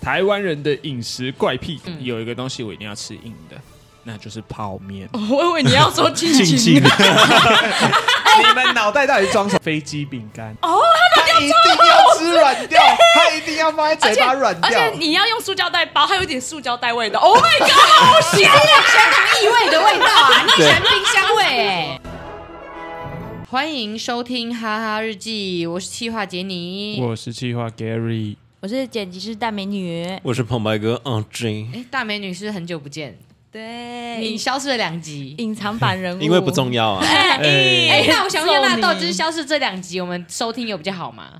台湾人的饮食怪癖，嗯有一个东西我一定要吃硬的，那就是泡面。哦 我以为你要说静静静静， 你们脑袋到底装什么？飞机饼干哦，他一定要吃软掉，他一定要放在而嘴且巴软 而掉且。你要用塑胶袋包，它有点塑胶袋味道。Oh my god，好咸！香糖异味的味道啊，你喜欢冰箱味哎、欢迎收听《哈哈日记》，我是气化杰尼。我是计划 Gary，我是剪辑师大美女，我是胖白哥，嗯，Jin，哎，大美女是不是很久不见，对你你消失了两集。隐藏版人物，因为不重要 啊。哎，那我想问一下，揍你那豆汁消失这两集，我们收听有比较好吗？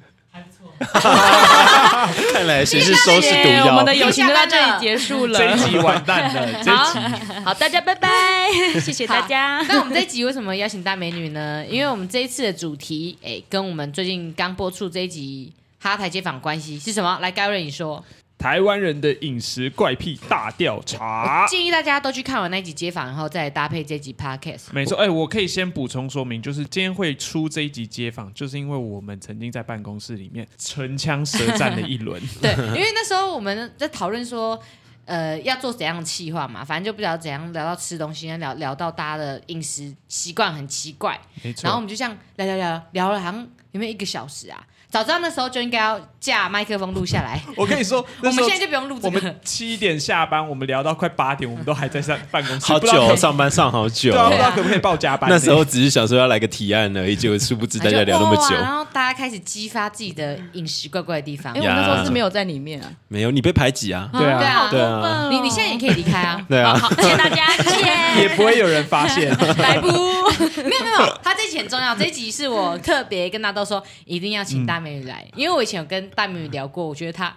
看来谁是收拾毒谢谢我药们的？友情就到这里结束了。这一集完蛋了，这一集好，大家拜 拜，谢谢大家。 那我们这一集为什么邀请大美女呢？因为我们这一次的主题，哎，跟我们最近刚播出这一集《哈台街访》关系是什么？来，盖瑞，你说。台湾人的饮食怪癖大调 查。建议大家都去看完那一集街访，然后再搭配这集 podcast。没错，哎、我可以先补充说明，就是今天会出这一集街访，就是因为我们曾经在办公室里面唇枪舌战了一 轮。对，因为那时候我们在讨论说，呃，要做怎样的企划嘛，反正就不知道怎样聊到吃东西，聊聊到大家的饮食习惯很奇怪，没然后我错，们就这样聊聊聊聊了，好像有没有一个小时啊？早知道那时候就应该要架麦克风录下来，我跟你说，我 那时们候现在就不用录这我个们。七点下班，我们聊到快八点，我们都还在上办公室，好不知道久可哦，不上班上好久对哦。啊，不知道可不可以报加班呢。那时候只是想说要来个提案而已，结果殊不知大家聊那么哎就哇啊然久。后大家开始激发自己的饮食怪怪的地方因。为哎我那时候是没有在里面啊。没有，你被排挤啊？对对啊，啊，对哦啊，你你现在也可以离开啊。对啊，好，谢谢大 家，谢也谢。不会有人发现。白布，没有没有，他这一集很重要，这一集是我特别跟大豆说一定要请大美女嗯来，因为我以前有跟大美女聊过，我觉得她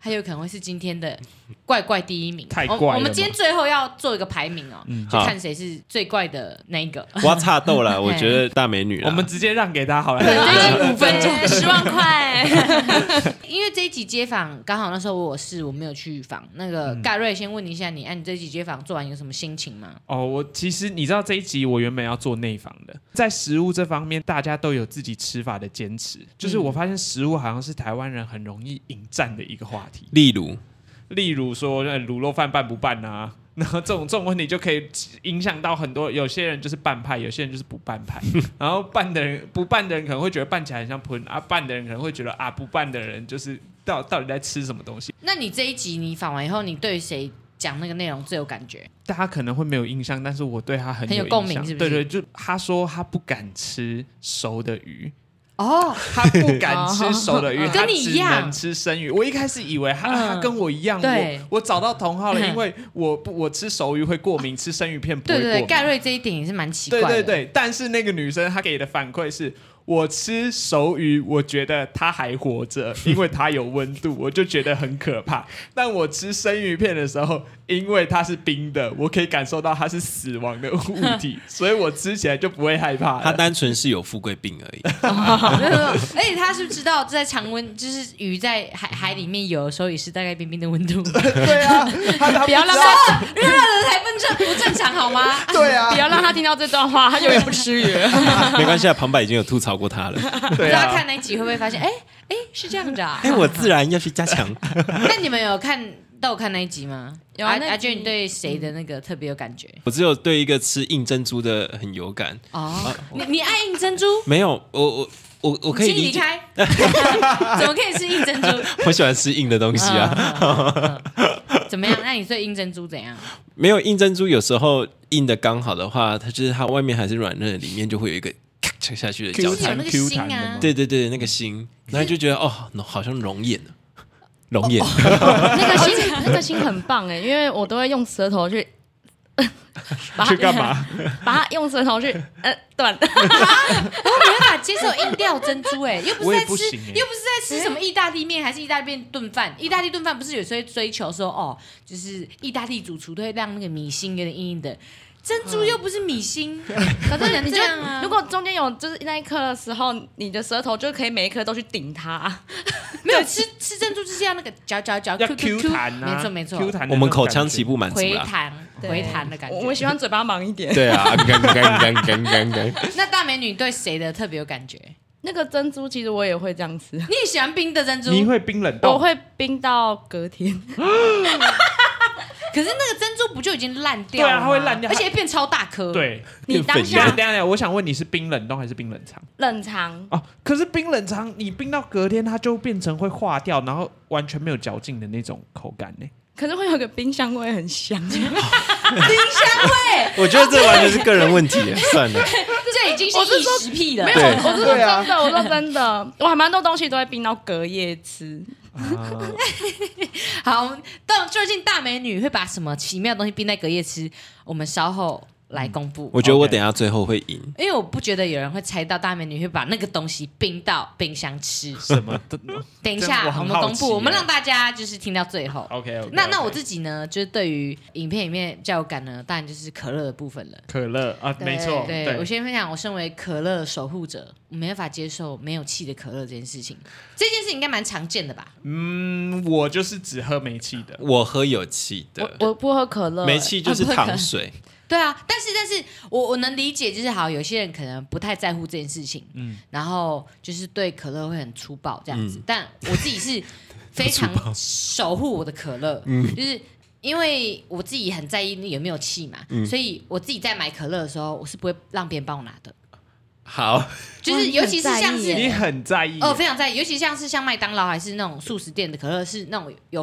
她有可能会是今天的怪怪第一名，太我怪了嗯我们嘛今天最后要做一个排名哦，就好看谁是最怪的那一个。我要插豆了，我觉得大美女啦。我们直接让给他 好了。啊对，五分钟。十万块，因为这一集街访刚好那时候我有事，我没有去访。那嗯个盖瑞，先问你一下你，哎，你这一集街访做完有什么心情吗？哦，我其实你知道这一集我原本要做内访的，在食物这方面，大家都有自己吃法的坚持。就是嗯我发现食物好像是台湾人很容易引战的一个话题，例如，例如说呃卤肉饭办不办啊？ 然后这种这种问题就可以影响到很多，有些人就是办派，有些人就是不办 派。然后办的人不办的人可能会觉得办起来很像喷啊，办的人可能会觉得啊不办的人就是到到底在吃什么东西。那你这一集你访完以后，你对谁讲那个内容最有感觉？大家可能会没有印象，但是我对他很很有印共鸣象是不对对，是就他说他不敢吃熟的鱼，哦，他不敢吃熟的鱼，哦他跟你只一样能吃生鱼。我一开始以为他、嗯他跟我一样，对我我找到同好了，嗯因为我不我吃熟鱼会过敏，吃生鱼片不会对过对敏对，。盖瑞这一点也是蛮奇怪对的。对对，但是那个女生她给的反馈是。我吃熟鱼，我觉得它还活 着，因为它有温度，我就觉得很可怕。但我吃生鱼片的时候，因为它是冰的，我可以感受到它是死亡的物 体，所以我吃起来就不会害怕她了。单纯是有富贵病而已。 而且他是不是知道在常温，就是鱼在海海里面游的时候，也是大概冰冰的温度。 对啊， 她她不要知让道他，热热的才不正不正常好吗？对啊不，要让他听到这段话，他永远不吃鱼。没关系，啊，旁白已经有吐槽过她了。不对知道啊，看那一集会不会发现，哎哎是这样子啊哎，？我自然要去加强。 那你们有看都有看那一集吗？有啊阿那一集阿娟，你对谁的那个特别有感觉？我只有对一个吃硬珍珠的很有感。哦，你你爱印珍珠？没有，我我嗯我我可以请你理离解，开， 怎么可以是印珍珠？我喜欢吃硬的东西啊。啊，怎么样？那你对印珍珠怎样？没有硬珍珠，有时候硬的刚好的话，它就是它外面还是软嫩的，里面就会有一个咔嚓下去的就交是有叉。那个 Q 心弹的啊吗，对对对，那个心，然后就觉得哦，好像龙眼啊龙眼，那个 心，那个心很棒哎，因为我都会用舌头 去。把它去干 嘛？ 把它用舌头去呃断，我没办法啊接受硬掉珍 珠、哎，又不我是也在不吃，行哎又不是在吃什么意大利面，还是意大利面炖饭。意大利炖饭不是有时候会追求说，哦，就是意大利主厨都会让那个米心有点硬硬的，珍珠又不是米心，嗯 可是 人你这就样啊。如果中间有就是那一颗的时候，你的舌头就可以每一颗都去顶它。没有吃吃珍珠，就是要那个嚼嚼嚼要 Q Q 弹啊，没错没错， ，Q 弹。我们口腔 起，步满足回啦。弹回弹的感我我觉。喜欢嘴巴忙一点。 对啊，干干干干干干干。那大美女对谁的特别有感觉？那个珍珠其实我也会这样吃，你也喜欢冰的珍珠？你会冰冷哦我冻？会冰到隔 天。可是那个珍珠不就已经烂掉对啊了吗？它会烂掉而且变超大颗。，对，你变当粉等一下下等一下，等一下我想问你是冰冷冻还是冰冷藏？冷藏，哦，可是冰冷藏你冰到隔天，它就变成会化掉，然后完全没有嚼劲的那种口感呢。可是会有个冰箱味，很香。我觉得这完全是个人问题，算了，这已经是我是异说食癖了没。有，对啊我是说真的，我说真的，我还蛮多东西都会冰到隔夜吃。好，到究竟大美女会把什么奇妙的东西冰在隔夜吃？我们稍后来公布。嗯我觉得我等一下最后会赢。因为我不觉得有人会猜到大美女会把那个东西冰到冰箱 吃。什么的等一这下，我很我们好公奇布，我们耶让大家就是听到最后。 ？OK OK。那那我自己呢，就是对于影片里面比较有感呢，当然就是可乐的部分了。可乐啊，对没哦错，对我先分享，我身为可乐守护者，我没办法接受没有气的可乐这件事情。这件事应该蛮常见的吧？嗯，我就是只喝煤气的。我喝有气的，我我不喝可乐，没气就是糖水，对啊，但是但是我我能理解，就是好有些人可能不太在乎这件事情，嗯，然后就是对可乐会很粗暴这样子，但我自己是非常守护我的可乐，就是。因为我自己很在意有没有气嘛，所以我自己在买可乐的时候，我是不会让别人帮我拿的，好，就哇是你尤很其是在像意是耶你很在意耶，哦，非常在意，尤其像是像麦当劳还是那种素食店的可乐，是那种有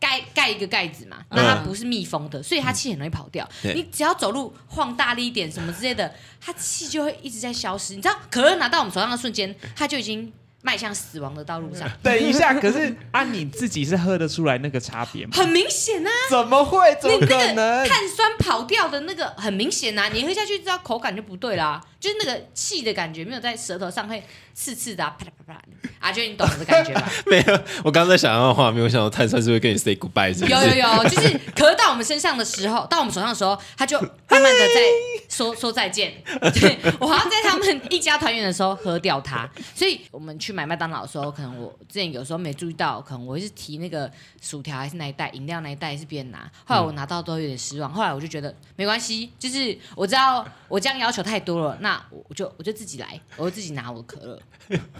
盖盖一个盖子嘛，那嗯它不是密封的，所以它气很容易跑掉。对你只要走路晃大力一点什么之类的，它气就会一直在消失。你知道，可乐拿到我们手上的瞬间，它就已经迈向死亡的道 路上，等一下，可是按你自己是喝得出来那个差别吗？很明显啊，怎么会？怎么你可那能个？碳酸跑掉的那个很明显啊，你喝下去知道口感就不对啦，就是那个气的感觉没有在舌头上会刺刺的、啊，啪啦啪啦啪啦，啊，就你懂的感觉吧。没有。我刚刚在想象的画面，我想到碳酸是会跟你 say goodbye，是不是 有有有，就是咳到我们身上的时候，到我们手上的时候，它就慢慢的在说说再见。对我还要在他们一家团圆的时候喝掉它，所以我们去买麦当劳的时候，可能我之前有时候没注意到，可能我是提那个薯条还是那一袋饮料那一袋是别人拿，后来我拿到都有点失望，后来我就觉得没关系，就是我知道我这样要求太多了，那我我就我就自己来，我就自己拿我的可乐，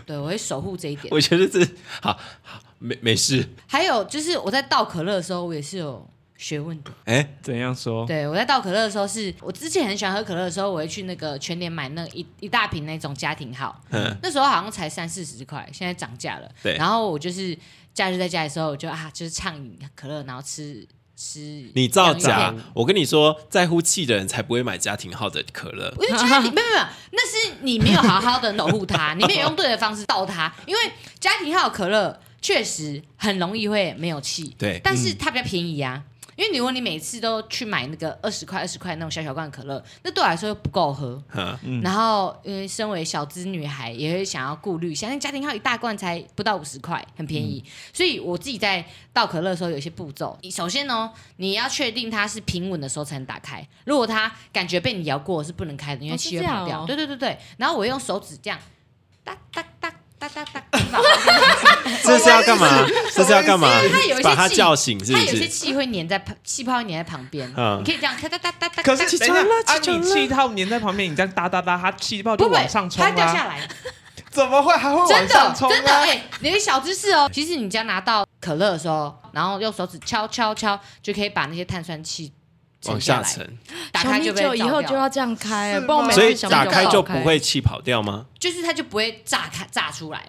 对我会守护这一点。我觉得这好好没没事。还有就是我在倒可乐的时候，我也是有学问的。哎，怎样说？对，我在倒可乐的时候是，我之前很喜欢喝可乐的时候，我会去那个全年买那一一大瓶那种家庭号，嗯，那时候好像才三四十块，现在涨价了。对然后我就是假日在家的时候，我就啊，就是畅饮可乐，然后吃吃。你造洋假芋片！我跟你说，在乎气的人才不会买家庭号的可乐。我就觉得你没有没有没有，那是你没有好好的守护它，你没有用对的方式倒它，因为家庭号可乐确实很容易会没有气，对嗯但是它比较便宜啊。因为如果你每次都去买那个二十块、二十块那种小小罐可乐，那对我来说又不够喝。嗯，然后，因为身为小资女孩，也会想要顾虑一下，像家庭号一大罐才不到五十块，很便宜。所以我自己在倒可乐的时候有一些步骤。首先呢，你要确定它是平稳的时候才能打开，如果它感觉被你摇过是不能开的，因为哦是气会跑这掉。样哦对对对对。然后我用手指这样，哒哒哒哒哒哒，这是要干嘛？ 这是要干嘛因为它有一些？气把他叫醒是不它有些是？气会粘在旁气泡会粘在旁边，嗯你可以这样哒哒哒哒哒。可是起等一床下了，啊，起床你了气泡粘在旁边，你这样哒哒哒，它气泡不就会往上冲它会掉下啊！来。怎么会还会真往的上冲真的啊哎、？有一个小知识哦。其实你只要拿到可乐的时候，然后用手指敲敲敲，就可以把那些碳酸气沉往下下来，沉，打小开米就被酒倒以掉后就要这样开，是不然我每所以次小米打酒开爆就不会气跑掉吗？就是它就不会炸开炸出来。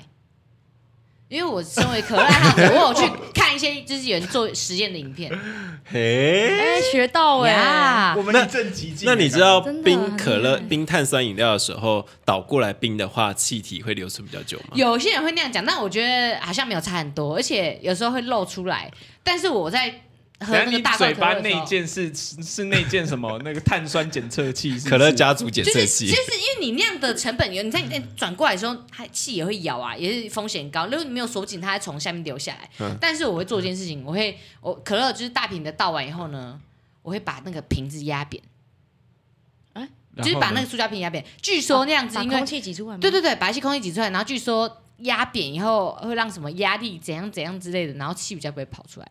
因为我身为可乐爱好者，我有去看一些就是有人做实验的影片嘿，哎，学到哎，呀我。们一阵寂静。那你知道真的啊冰可乐、很厉害冰碳酸饮料的时候倒过来冰的话，气体会留存比较久吗？有些人会那样讲，但我觉得好像没有差很多，而且有时候会漏出来。但是我在喝那等下个你大罐嘴可乐巴的时那候，件是是那件什么？那个碳酸检测器是不是可乐家族检就测是就器，是因为你那样的成本有，你在你在转过来的时候，它气也会咬啊，也是风险高。如果你没有锁紧，它会从下面流下来。但是我会做一件事情，我会我可乐就是大瓶的倒完以后呢，我会把那个瓶子压扁，然就是后把呢那个塑胶瓶压扁。据说那样子，把因为空气挤出来吗，对对对，把一些空气挤出来，然后据说压扁以后会让什么压力怎样怎样之类的，然后气比较不会跑出来。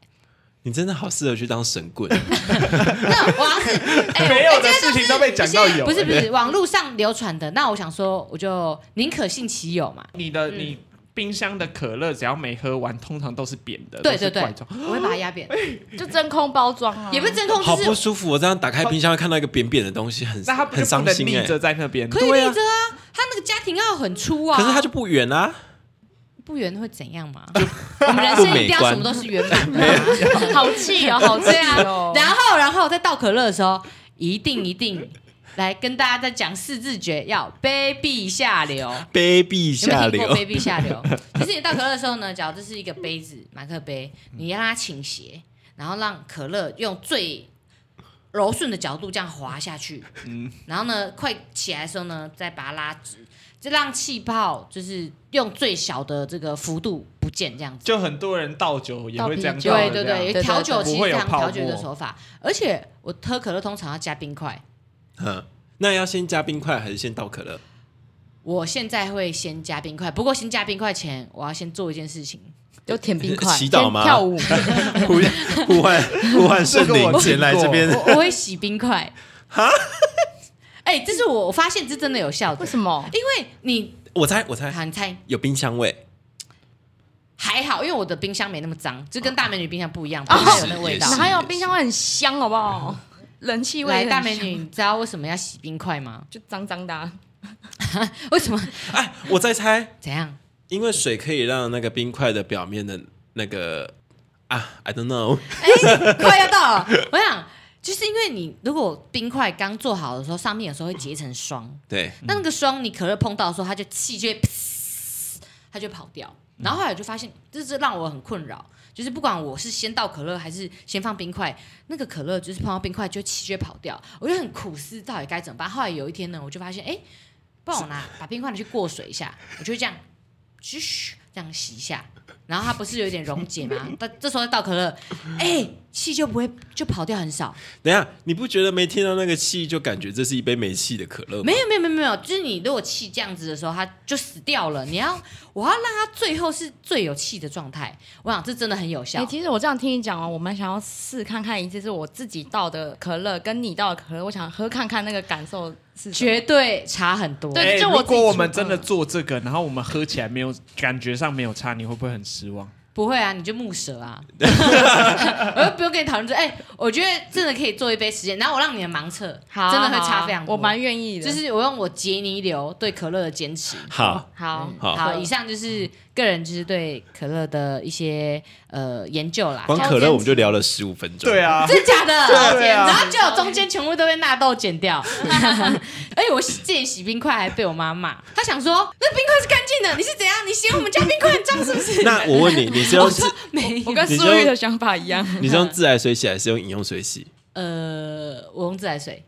你真的好适合去当神 棍，那我好像是哎没有的哎事情都被讲到有，不是不是，网络上流传的。那我想说，我就宁可信其有嘛。你的你冰箱的可乐只要没喝完，通常都是扁的，对都是对对罐装我会把它压扁，就真空包装 啊，也不是真空，好不就是舒服。我这样打开冰箱会看到一个扁扁的东西，很那它不就很不伤能心哎、立着在那边？可以对啊立着啊。它那个家庭号很粗啊，欸可是它就不远啊，不圆会怎样嘛？ 我们人生一定要什么都是圆 满的啊。好气 哦，好气对啊哦，。 然后然后在倒可乐的时候，一定一定来跟大家再讲四字诀，要卑鄙下流。卑鄙有没下有听流过。卑鄙 下流？就是你倒可乐的时候呢，假如这是一个杯子，马克杯，嗯你让它倾斜，然后让可乐用最柔顺的角度这样滑下去，嗯然后呢，快起来的时候呢，再把它拉直，就让气泡就是用最小的这个幅度不见这样子。就很多人倒酒也会这样倒啤酒倒的对这对样，对，对调酒对其不会实有这样泡调酒的沫手法，而且我喝可乐通常要加冰块，嗯，那要先加冰块还是先倒可乐？我现在会先加冰块，不过先加冰块前，我要先做一件事情，就舔冰块，祈祷吗先跳舞，呼呼唤呼唤圣这个灵我前来听过这边，我我会洗冰块。 哎、这是我我发现这真的有效的 为，什 么？因为你我猜我猜好你猜有冰箱味，还好，因为我的冰箱没那么脏，就跟大美女冰箱不一样，不哦会有那味道是。哪有冰箱会很香，好不 好？人气味来，很大美香女，你知道为什么要洗冰块吗？就脏脏的啊，为什么？哎，我在猜，怎样？ 因为水可以让那个冰块的表面的那个啊，I don't know，快要到了，我想。就是因为你如果冰块刚做好的时候，上面有时候会结成霜，对，那那个霜你可乐碰到的时候，它就气就会噗，它就跑掉。然后后来我就发现，这是让我很困扰，就是不管我是先倒可乐还是先放冰块，那个可乐就是碰到冰块就气就会跑掉，我就很苦思到底该怎么办。后来有一天呢，我就发现，哎，不然我拿把冰块拿去过水一下，我就会这样，嘘，这样洗一下。然后它不是有点溶解吗？但这时候再倒可乐，哎，气就不会就跑掉很少。等一下你不觉得没听到那个气就感觉这是一杯没气的可乐吗？没有没有没有没有，就是你如果气这样子的时候，它就死掉了。你要，我要让它最后是最有气的状态。我想这真的很有效。哎、其实我这样听你讲哦，我蛮想要试看看一次，是我自己倒的可乐跟你倒的可乐，我想喝看看那个感受是什么。绝对差很多。对哎就我如自己果我们煮真的做这个，然后我们喝起来没有感觉上没有差，你会不会很失望？不会啊，你就木 蛇啊，我又不用跟你讨论这。哎、我觉得真的可以做一杯实验，然后我让你的盲测，好啊，真的会好差啊非常多。我蛮愿意的。就是我用我杰尼流对可乐的坚持。好，好，好好，以上就是个人就是对可乐的一些呃研究啦。光可乐我们就聊了十五分钟，对，啊，真的假的？对啊然后就有中间全部都被纳豆剪掉。而且我之前洗冰块还被我妈骂，她想说那冰块是干净的，你是怎样？你嫌我们家冰块很脏是不是？那我问你，你是用自 没我跟你苏就玉的想法一样。 你是用自来水洗还是用饮用水洗？呃，我用自来水。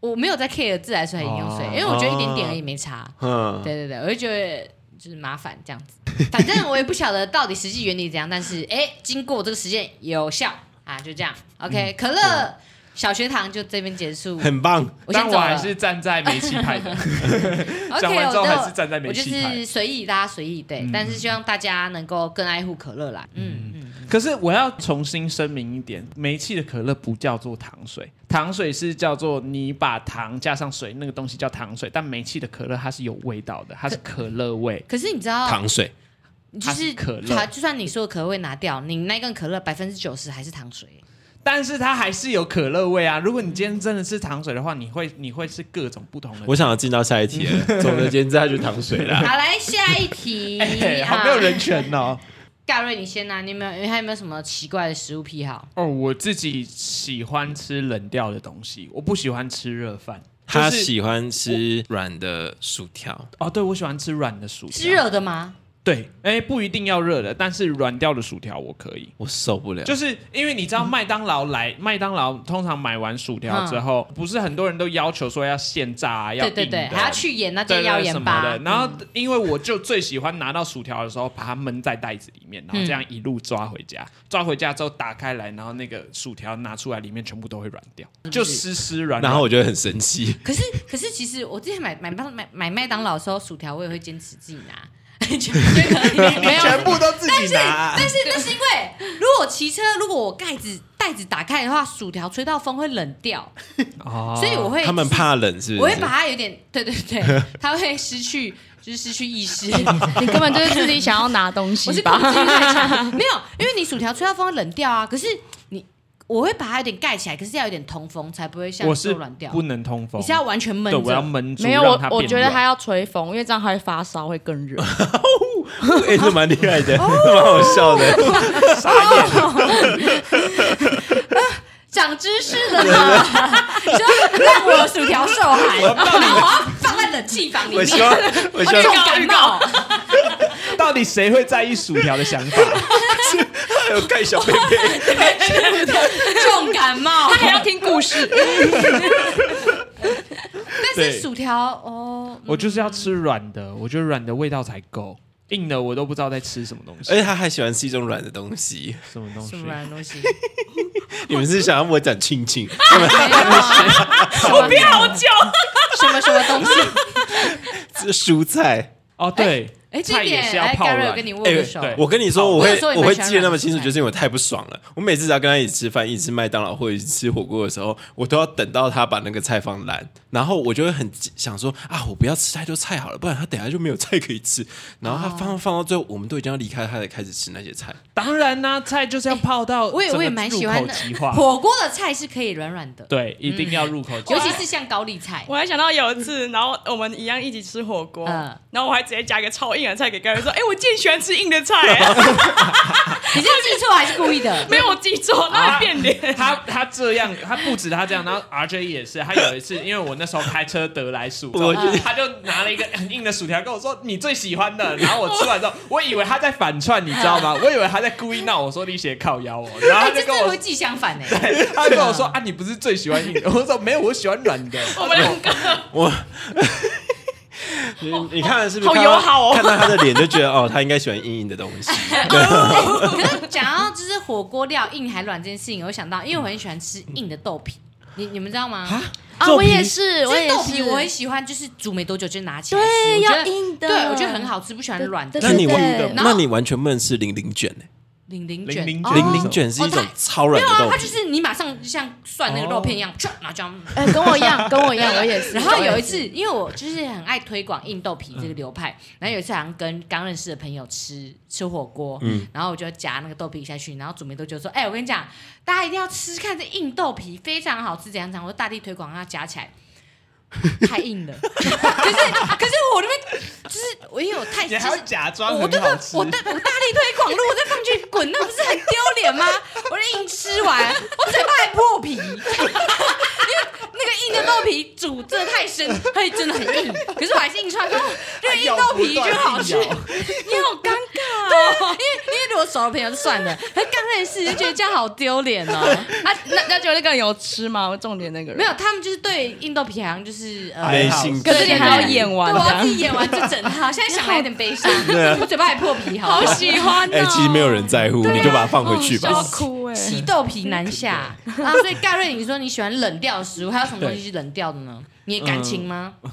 我没有在 care 自来水、饮用水，哦因为我觉得一点点而已没差。嗯，对对对，我就觉得就是麻烦这样子。反正我也不晓得到底实际原理怎样，但是哎，经过这个实践有效啊，就这样。OK，可乐小学堂就这边结束。很棒，我但先走我还了。是站在煤气派的， OK，讲完之后我还是站在煤我就气派是。随意，大家随意对，但嗯是希望大家能够更爱护可乐啦。嗯嗯，可是我要重新声明一点，煤气的可乐不叫做糖水，糖水是叫做你把糖加上水，那个东西叫糖水。但煤气的可乐它是有味道的，它是可乐味。可是你知道，糖水就它是可乐它就算你说的可乐味拿掉，你那根可乐百分之九十还是糖水。但是它还是有可乐味啊！如果你今天真的是糖水的话，你会你会是各种不同的。我想要进到下一题了。 总而言之，它就是糖水啦。好，来下一 题哎好啊没有人权哦！盖瑞，你先拿，你有没有？还有没有什么奇怪的食物癖好？哦，我自己喜欢吃冷掉的东西，我不喜欢吃热饭。他就是喜欢吃软的薯条，哦，对，我喜欢吃软的薯条。是热的吗？对，哎，不一定要热的，但是软掉的薯条我可以。我受不了。就是因为你知道嗯麦当劳来，麦当劳通常买完薯条之后，不是很多人都要求说要现炸、啊，要嗯对对对，硬的还要去盐，那就 对要嗯对什盐么巴的。。然后因为我就最喜欢拿到薯条的时候，把它闷在袋子里面，嗯然后这样一路抓回家，抓回家之后打开来，然后那个薯条拿出来，里面全部都会软掉，就湿湿软软。然后我就会很生气，可是可是，其实我之前买买麦买买麦当劳的时候，薯条我也会坚持自己拿。 就可以没有。全部都自己拿。但是那是因为，如果骑车，如果我盖子袋子打开的话，薯条吹到风会冷掉，哦所以我会他们怕冷是不是？我会把它有点，对对对，它会失去，就是失去意识。你 根本就是自己想要拿东我西是吧控？制欲太强，没有，因为你薯条吹到风会冷掉啊。可是你，我会把它有点盖起来，可是要有点通风，才不会像我肉是软掉。不能通风，你是要完全闷对，我要着，闷住，没有，让我它我变觉得软还要吹风，因为这样它会发烧，会更 热。哎、这蛮厉害的，哦这蛮好笑的。长知识了呢。你说让我薯条受寒，然后我要放在冷气房里我面，希望，我希望重感冒。 到底谁会在意薯条的想法？ 还有盖小贝贝，重感冒。还要听故事， 但是薯条哦，我就是要吃软的，我觉得软的味道才够，硬的我都不知道在吃什么东 而西，且他还喜欢吃一种软的东西。什么东西什。么 东西？你们是想要我讲庆 庆？啊我憋好久。什么什么东西？这蔬菜。哦，对，哎，这菜一也点是要哎，泡盖瑞有软跟。你握哎个手。对我跟你说，哦我我会有时候也我蛮会喜欢记得那么清楚，吃菜就是因为我太不爽了。我每次只要跟他一起吃饭，一起吃麦当劳或者一起吃火锅的时候，我都要等到他把那个菜放烂，然后我就会很急想说啊，我不要吃太多菜好了，不然他等下就没有菜可以吃。然哦后他放放到最后，我们都已经要离开，他才开始吃那些 菜。当然啦、菜就是要泡到哎我也我也整个蛮喜欢入口即化 的。火锅的菜是可以软软的，对，一定要入口即尤化。其是像高丽菜。我还想到有一次，然后我们一样一起吃火锅，嗯然后我还直接夹一个超硬的菜给盖瑞说：“哎、我竟然喜欢吃硬的菜、欸，？你是记错还是故意 的哎没有我记错，那还变脸。啊他他这样，他不止他这样，然后 RJ 也是，他有一次，因为我那时候开车得来薯条我， 他就拿了一个很硬的薯条跟我说你最喜欢的，然后我吃完之后，我以为他在反串，你知道 吗？我以为他在故意闹我说你写靠腰哦，然后他哎这就跟真的我会记相反呢。欸 他就跟我说啊你不是最喜欢硬的，我说没有，我喜欢软的。我们两个我。你你看是不是好看到友好哦看到他的脸就觉得哦，他应该喜欢硬硬的东 西。哎可是讲到就是火锅料硬还软这件事情，我想到，因为我很喜欢吃硬的豆皮，你你们知道吗？啊，豆我也皮是，就我是也豆皮，是，我很喜欢，就是煮没多久就拿起来对，吃，我觉要得硬的，对我觉得很。好吃，不喜欢软的对那你对完对然那后你完全不能吃零零卷呢、零零零卷，零哦卷零零卷是一种哦它超软的对豆啊，它腐就。是你马上像涮那个肉片一样，唰然后就这样哎，跟我一样，跟我一样，我也是。然后有一次，因为我就是很爱推广硬豆皮这个流派，然后有一次好像跟刚认识的朋友吃吃火锅，嗯然后我就夹那个豆皮下去，然后煮没多久说，哎、我跟你讲，大家一定要吃吃看这硬豆皮非常好吃，怎样怎样，我就大力推广让它夹起来。太硬了，可是可是我那边就是我因为我太你就是还要假装我很真好的吃我，大我大力推广，如果再放进去滚，那不是很丢脸吗？ 我就硬吃完，我嘴巴还破皮，因 为那个硬的豆皮煮真的太深，嘿，真的很硬。可是我还是硬出来，说哦这个硬豆皮就好吃，还 你咬不断好尴尬哦。因为因为如果熟的朋友就算了，他刚认识就觉得这样好丢脸哦。 啊，那那就那个人有吃吗？重点那个人没有，他们就是对硬豆皮好像就是呃。没兴可趣是你还要演完这对，我要样自。己演完这整套，现在想来有点悲伤。我嘴巴还破皮，好不好好喜欢、哦哎、其实没有人在乎，你就把它放回哦去吧。要哭哎、嗯皮豆皮难下啊！所以盖瑞，你说你喜欢冷掉的食物，还有什么东西是冷掉的呢？你的感情吗？嗯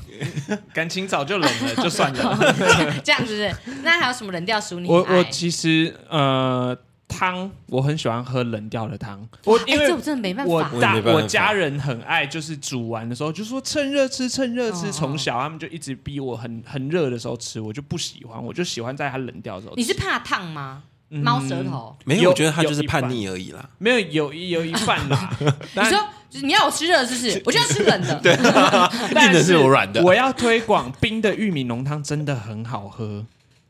感情早就冷了，就算了。 这样是不是？那还有什么冷掉食物你我很爱？哎我其实呃汤，我很喜欢喝冷掉的汤，我因哎为这我真的没办我法。大我也没办我法家人很爱，就是煮完的时候就说趁热吃，趁热吃。哦从小他们就一直逼我很很热的时候吃，我就不喜欢，我就喜欢在它冷掉的时候吃。你是怕烫吗？嗯猫舌头？没有有，我觉得他就是有一半叛逆而已啦。没有有一有一半啦， 你但说你要我吃热的，是不是？我就要吃 冷的。对，但硬的是有软的我要推广冰的玉米浓汤，真的很好喝。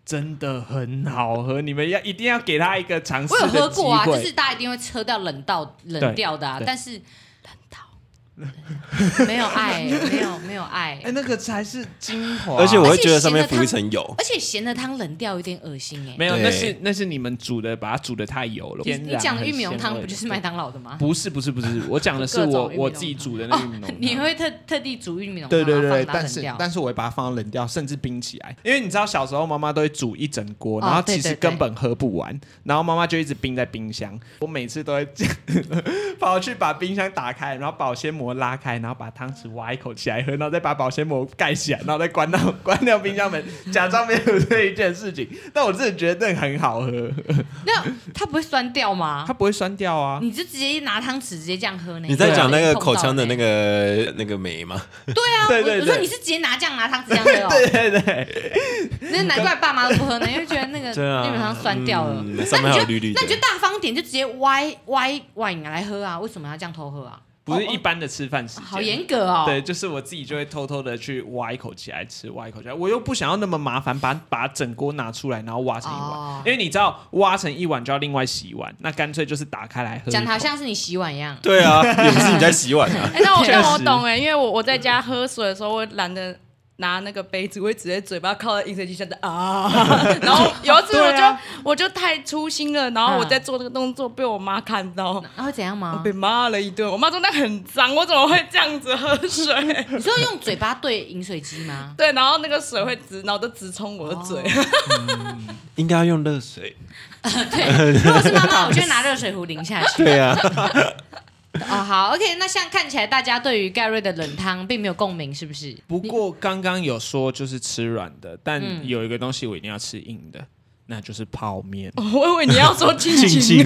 真的很好喝，你们要一定要给他一个尝试我有的机会。喝过啊，就是大家一定会喝掉冷到冷掉的啊，对但是冷 到没有爱，没有没有爱 哎、。那个才是精华。而且我会而且觉得上面咸的浮一汤层油。而且咸的汤冷掉有点恶心哎。没有，对那是那是你们煮的，把它煮的太油了。你天你然讲的很玉米浓咸汤味不就是麦当劳的吗？不是不是不是，我讲的是 各种我玉米我浓自己汤哦煮 的那个玉米浓汤。你会特特地煮玉米浓汤， 对对对，然后放它但冷是掉但是我会把它放到冷掉，甚至冰起来，因为你知道小时候妈妈都会煮一整锅，哦然后对其实对对根本喝不完，然后妈 妈就一直冰在冰箱。我每次都会跑去把冰箱打开，然后保鲜膜膜拉开，然后把汤匙挖一口起来喝，然后再把保鲜膜盖起来，然后再关到 关掉冰箱门，假装没有这一件事情。但我真的觉得那个很好喝，那它不会酸掉吗 它？不会酸掉啊。你就直接拿汤匙直接这样喝呢？你在讲那个口腔的那个？个那个酶吗？对对 啊，对我我说对你是直接拿酱拿汤匙这 样喝哦， 对对对，那难怪爸妈都不喝呢，因为觉得那个对啊基本上酸掉了。嗯上面还有绿绿的那你就大方点，就直接歪歪歪拿来喝啊？为什么要这样偷 喝啊？不是一般的吃饭时间。好严格哦。对，就是我自己就会偷偷的去挖一口起来吃，挖一口起来，我又不想要那么麻烦，把把整锅拿出来，然后挖成一碗，哦因为你知道挖成一碗就要另外洗一碗，那干脆就是打开来喝一口。讲的好像是你洗碗一样。对啊，也不是你在洗碗啊。哎、那我确那我实懂哎、因为我我在家喝水的时候，我懒得拿那个杯子，我会直接嘴巴靠在饮水机上的啊。 然后有一次我对就、啊我就太粗心了，然后我在做这个动作被我妈看到，然后怎样我 吗？被骂了一顿。我妈说那很脏，我怎么会这样子喝水？ 你说用嘴巴对饮水机 吗？对，然后那个水会直，然后都直冲我的嘴。 应该要用热水。对，如果是妈妈，我就 会拿热水壶淋下去。对啊， 哦，好，OK。那像看起来大家对于盖瑞的冷汤并没有共鸣，是不是？不过刚刚有说就是吃软的，但嗯有一个东西我一定要吃硬的，那就是泡面。 哦我以为你要说亲静亲，静，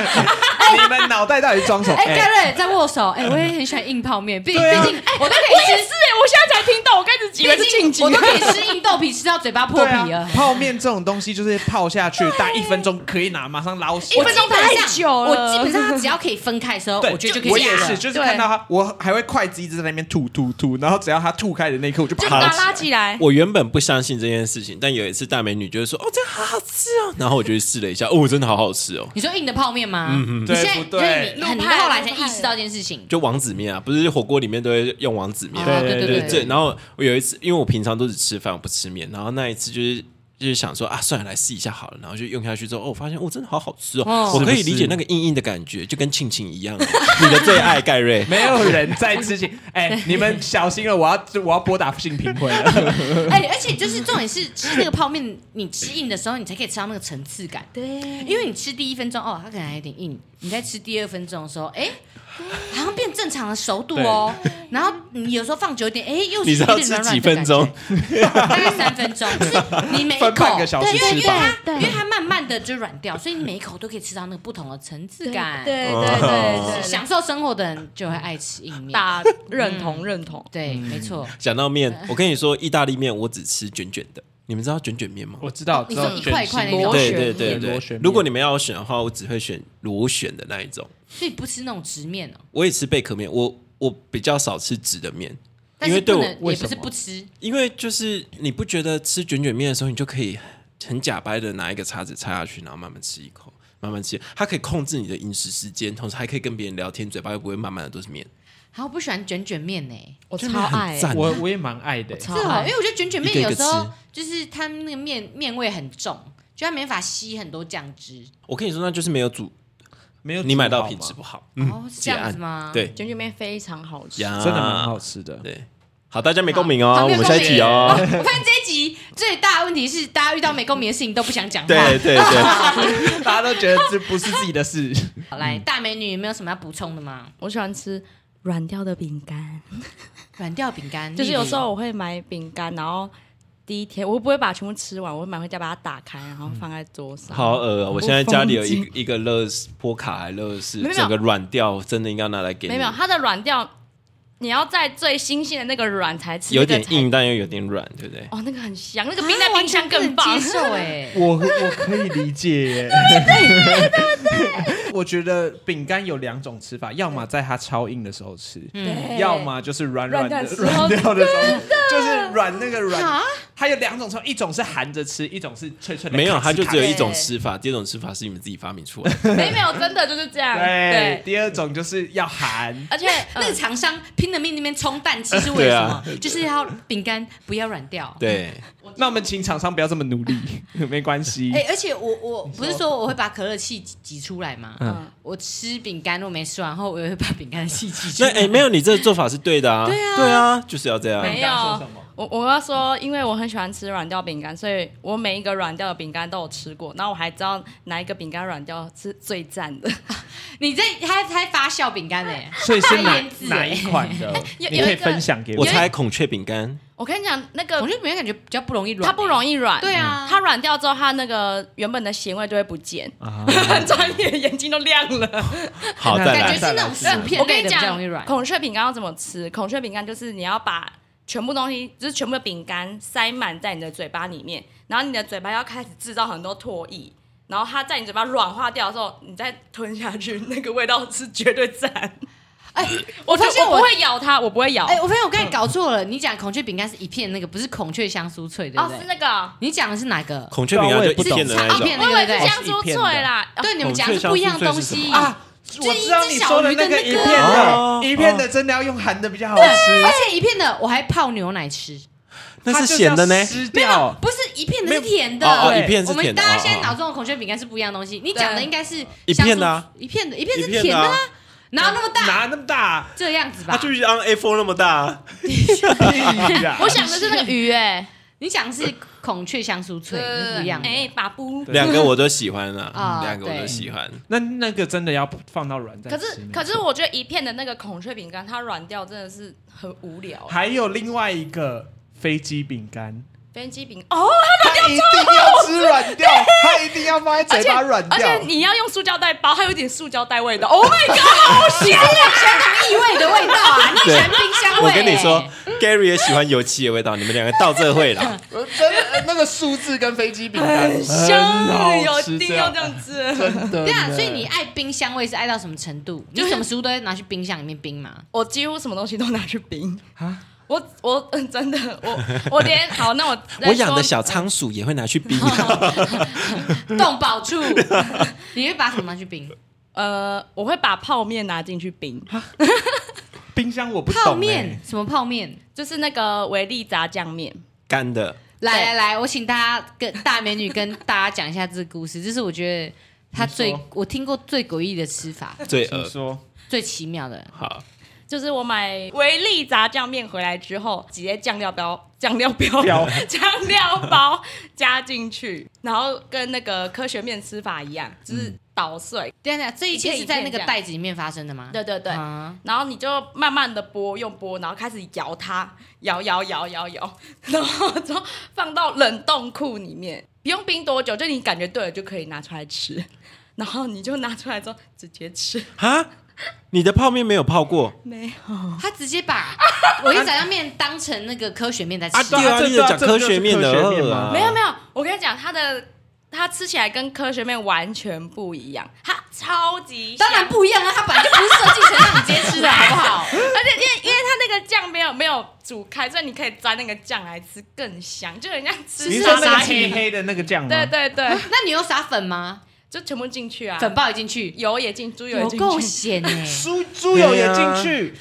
你们脑袋到底装什么？ 哎，盖瑞在握手，哎，我也很喜欢硬泡面，毕毕对啊竟我都可以吃是哎、 我现在才听到，我开始以为是毕静竟静我都。可以吃硬豆皮吃到嘴巴破对皮了。啊，泡面这种东西就是泡下 去，大概一分钟可以拿，马上捞起一来。分钟太久了我基本上它只要可以分开的时候，对，我觉得就可以我夹也了是，就是对看到他，我还会筷子一直在那边吐吐吐，然后只要他吐开的那一刻，我就把就它把捞它起来拉起来，我原本不相信这件事情，但有一次大美女就是说：“哦，这样好好吃哦。”然后我就去试了一下，哦，真的好好吃哦。你说硬的泡面吗？你嗯对现在不所以对啊你很路派后来才意识到这件事情。就王子面啊，不是火锅里面都会用王子面，哦对对对对对，然后我有一次，因为我平常都只吃饭，我不吃面。然后那一次就是就是想说啊，算了，来试一下好了。然后就用下去之后，哦，我发现哦，真的好好吃哦，哦我可以是不是理解那个硬硬的感觉，就跟庆庆一 样。你的最爱盖瑞，没有人在之前，哎、你们小心了，我要我要拨打性评会了。哎、而且就是重点是吃那个泡面，你吃硬的时候，你才可以吃到那个层次感。对，因为你吃第一分钟哦，它可能还有点硬；你在吃第二分钟的时候， 哎、好像变正常的熟度哦。然后你有时候放久一点，哎、又是你知有点道软吃软的几分钟感觉？大概三分钟，就是你每 一口分半个小时对，因为吃因为吧它因为它慢慢的就软掉，所以你每一口都可以吃到那个不同的层次感。对对对对，想享受生活的人就会爱吃硬面。打认同认同。对，嗯没错。讲到面，我跟你说，意大利面我只吃卷卷的。你们知道卷卷面吗？我知道，你知道说一块一块那卷心螺嗯对种对旋对面对螺旋面如果你们要选的话，我只会选螺旋的那一种。所以不吃那种直面哦，我也吃贝壳面，我我比较少吃直的面，但因是为对不我能也为不什是么不吃。因为就是你不觉得吃卷卷面的时候，你就可以很假掰的拿一个叉子插下去，然后慢慢吃一口，慢慢吃，它可以控制你的饮食时间，同时还可以跟别人聊天，嘴巴又不会满满的都是面。好，我不喜欢卷卷面呢、我超爱很，赞我我也蛮爱的、欸是哦，因为我觉得卷卷面一个有一个时候就是它那个面面味很重，就它没法吸很多酱汁。我跟你说，那就是没有煮，没有你买煮到好品质吗不好，哦，是这结样案子吗？，嗯对卷卷面非常好吃。呀真的蛮好吃的。对。好，大家没共鸣哦，好我没有们下一题 哦。我发现这一集最大的问题是，大家遇到没共鸣的事情都不想讲话。对对对，大家都觉得这不是自己的 事，嗯好，来，大美女有没有什么要补充的吗？我喜欢吃软掉的饼干，嗯软掉饼干，就是有时例候我会买饼干，然后第一天我不会把它全部吃完，我会买回家把它打开，然后放在桌上。好恶哦！我现在家里有我一疯一个乐事波卡还乐事没，有整个软掉，真的应该拿来给没你有没。有它的软掉，你要在最新鲜的那个软才吃，有点那个才硬，但又有点软，对不对？哦，那个很香，那个如冰在冰箱更棒啊完。全不能接受哎、 我我可以理解耶。 我觉得饼干有两种吃法，要么在它超硬的时候吃，嗯对要么就是软软的哎软的时软候掉的时候，就是软那个软啊。它有两种吃法，一种是含着吃，一种是脆脆的。没有，它就只有一对种吃法，第二种吃法是你们自己发明出来的。没有没有，真的就是这样。对对，，第二种就是要含。而且那个嗯厂商拼了命那边冲蛋，其实为对什啊么？就是要饼干不要软掉。对，那我们请厂商不要这么努力， 没关系哎、。而且我我不是说我会把可乐气挤挤出来吗？嗯我吃饼干如果没吃完后，我也会把饼干的气挤 出那来。哎、没有，你这个做法是对的啊，对啊，就是要这样。没你刚刚说有什么，我我要说，因为我很喜欢吃软掉饼干，所以我每一个软掉的饼干都有吃过。然后我还知道哪一个饼干软掉是最赞的，你这还还发酵饼干呢？所以是发哪炎子哪欸一款的？哎有你有可一以个分享给我我。猜孔雀饼 干， 我跟你讲，那个我觉得饼干感觉比较不容易软欸，它不容易软，对啊，嗯它软掉之后，它那个原本的咸味就会不见。 啊，专业眼睛都亮了。好再感觉来，是那种薯片我跟类你的比较讲容易，软。孔雀饼干要怎么吃？孔雀饼干就是你要把全部东西，就是全部的饼干塞满在你的嘴巴里面，然后你的嘴巴要开始制造很多唾液，然后它在你嘴巴软化掉的时候，你再吞下去，那个味道是绝对赞。哎， 我发发现现我我不会咬它，我不会咬。哎，我发现我刚才搞错了，你讲孔雀饼干是一片那个，不是孔雀香酥脆，对不哦，是对？那个，你讲的是哪个？孔雀饼干就一片的那一是种一片。我以为是对香酥脆啦。哦对，你们讲的是不一样东西啊，我知道你说的那个一片哦的，一片的真的要用含的比较好吃啊啊而，哎且一片的我还泡牛奶吃，啊那它是就是咸的呢哦要，湿掉。不是一片的是甜的。哦哦对一片是我们甜的大家哦现在哦脑中的孔雀饼干是不一样的东西。你对讲的应该是一片的啊香酥一片的，一片是一片甜的的啊啊，哪有那么大？拿那么 大，这样子啊它吧。就是像 A4 那么大，哎我想的是那个鱼哎、 你讲的是孔雀香酥脆，是不一样的。哎，把布。对两个我都喜欢啊啊，两个我都对喜欢。那那个真的要放到软再可吃。是没可是，错我觉得一片的那个孔雀饼干，它软掉真的是很无聊。还有另外一个飞机饼干，飞机饼哦，它一定要吃软掉，它一定要放在而嘴且巴软而掉。且你要用塑胶袋包，它有一点塑胶袋味道。Oh my god！啊你真的喜欢那个异味的味道啊？你喜欢冰箱味？我跟你说，，Gary 也喜欢油漆的味道，你们两个到这 会了。呃真的那个数字跟飞机饼干哎很香，好有吃一定这要样这样吃。真的呢。对啊，所以你爱冰箱味是爱到什么程度？你什么食物都会拿去冰箱里面冰嘛？我几乎什么东西都拿去冰啊我我嗯真的我我 连好那我我养的再说小仓鼠也会拿去 冰， 动保处， 你会把什么拿去冰？呃，我会把泡面拿进去冰，冰箱 我不懂欸泡面？什么泡面？就是那个维力炸酱面。干的。来来来，我请大家跟大美女跟大家讲一下这个故 事，这是我觉得她最你说我听过最诡异的吃法，罪请恶。说最奇妙的。好，就是我买维力炸酱面回来之后，直接酱料包、酱料包标、酱料包加进去，然后跟那个科学面吃法一样，就是捣碎。对啊，这一切是在那个袋子里面发生的吗？对对对，啊，然后你就慢慢的剥，用剥，然后开始摇它，摇摇摇摇摇，然后之后放到冷冻库里面，不用冰多久，就你感觉对了就可以拿出来吃。然后你就拿出来之后直接吃，哈，你的泡面没有泡过没有。她直接把我一炸酱面当成那个科学面在吃。对啊啊，这你在讲这科学面的这就是科学面饿吗啊，没有没有，我跟你讲，它的它吃起来跟科学面完全不一样，它超级 当然不，不一样啊，它本来就不是设计成让你直接吃的，好不 好？而且因为因为它那个酱没有没有煮开，所以你可以沾那个酱来吃，更香，就人家吃你是说啊那沙个拉黑沙棘黑的那个酱吗？对对对， 那你有撒粉吗？就全部进去啊，粉爆也进去，油也进，猪油也有进够去，咸 呢。猪猪油也进去，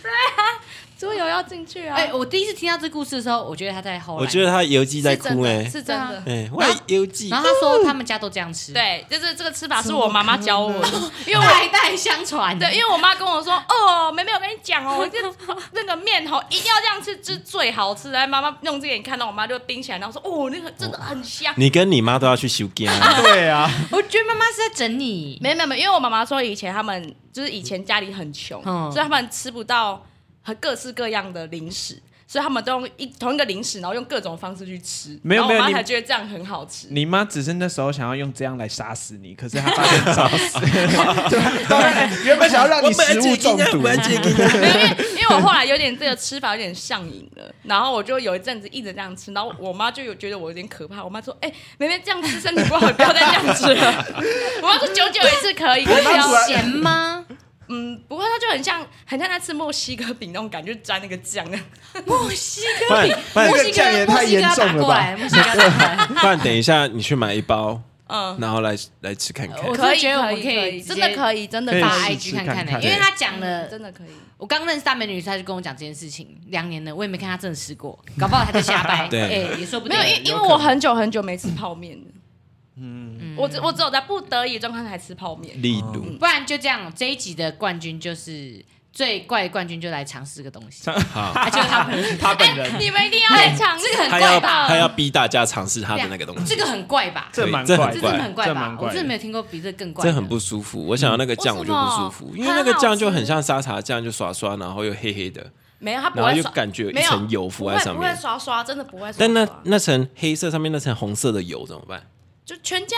猪油要进去啊，哎，我第一次听到这故事的时候，我觉得他在后来。我觉得他油鸡在是真哭的欸哎，是真的。哎，我也油鸡然。后他说他们家都这样吃，，对，就是这个吃法是我妈妈教我的，因为我代代相传。对，因为我妈跟我说，哦，妹妹，我跟你讲哦，这那个面吼一定要这样吃，是最好吃的。哎妈妈弄这个，你看到我妈就冰起来，然后说，哦，那个真的很香。哦你跟你妈都要去修根啊对啊，我觉得妈妈是在整你，没有没有没有，因为我妈妈说以前他们就是以前家里很穷，嗯所以他们吃不到和各式各样的零食，所以他们都用一同一个零食，然后用各种方式去吃。没有然后我没有妈你才觉得这样很好吃。你妈只是那时候想要用这样来杀死你，可是她发现早死， 对当然原本想 要让你食物中毒， 没有，因为因为我后来有点这个吃法有点上瘾了，然后我就有一阵子一直这样吃，然后我妈就有觉得我有点可怕，我妈说：“哎、妹妹这样吃身体不好，你不要再这样吃了。” 我妈说：“久久一次可以，可会以很哦。咸吗？嗯，不过它就很像很像在吃墨西哥饼那种感觉，就沾那个酱。墨西不哥然饼，不然墨西这样哥也太墨西哥严重打了吧过来，墨西哥打过来。不然等一下你去买一包，嗯，然后来来吃看看。我可以，觉得我可们以， 可以直真的接可以，真的可以发可以试试 IG 看看看欸呢，看因为他讲 了，真的可以。我刚认识大美女，她就跟我讲这件事情，两年了，我也没看她真的吃过，搞不好她在瞎掰，对哎，也说不没定有，。因因为我很久很久没吃泡面了。嗯，我只我只哦有在不得已状况才吃泡面。例如，不然就这样，这一集的冠军就是最怪的冠军就来尝试这个东西，好，啊，就是他本人，他本人哎你们一定要来尝试，这个很他要怪吧？他要逼大家尝试他的那个东西，这个很怪 吧？这蛮这很怪的这真的很怪这吧蛮？怪我的真的没有听过比这更怪的，这很不舒服。我想要那个酱，我为就什么不舒服，因为那个酱就很像沙茶酱，就刷刷，然后又黑黑的，没有，他不然后会又刷，感觉有一没有层油浮在上不会不面会。刷刷，真的不会刷刷。但那那层黑色上面那层红色的油怎么办？就全家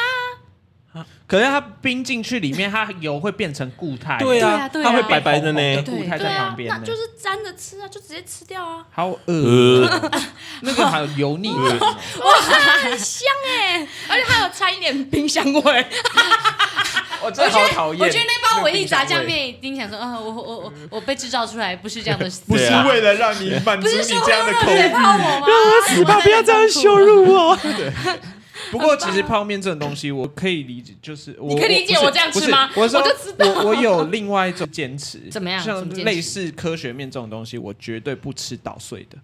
啊可是它冰进去里面，它油会变成固态，对啊，啊对啊它会白白的变红。红呢的固态对在啊旁，边那呢，就是沾着吃啊，就直接吃掉 啊，好恶，呃，那个好油腻感哦。很香哎、而且它有掺一点冰箱味。 我真的好讨厌。我觉得那包文艺炸酱面一定想说，啊，我我我我被制造出来不是这样的，不对是啊为了让你满足不你是说这样的口会味让。泡我吗？死吧，不要这样羞辱。不过其实泡面这种东西，我可以理解，就是我你可以理解不是我这样吃吗不是我说我就知道我我有另外一种坚持，怎么样什像么坚持类似科学面这种东西，我绝对不吃捣碎的。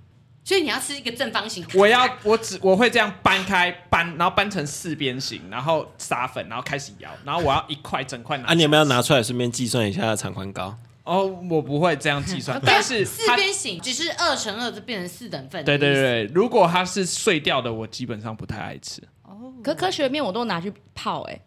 所以你要吃一个正方形，，我要我只我会这样搬开搬，然后搬成四边形，然后撒粉，然后开始摇，然后我要一块整块拿。啊，你有没有拿出来顺便计算一下它的长宽高？哦，我不会这样计算 但是四它边形只是二乘二就变成四等份。对对，对，如果它是碎掉的，我基本上不太爱吃。可科学面我都拿去泡哎、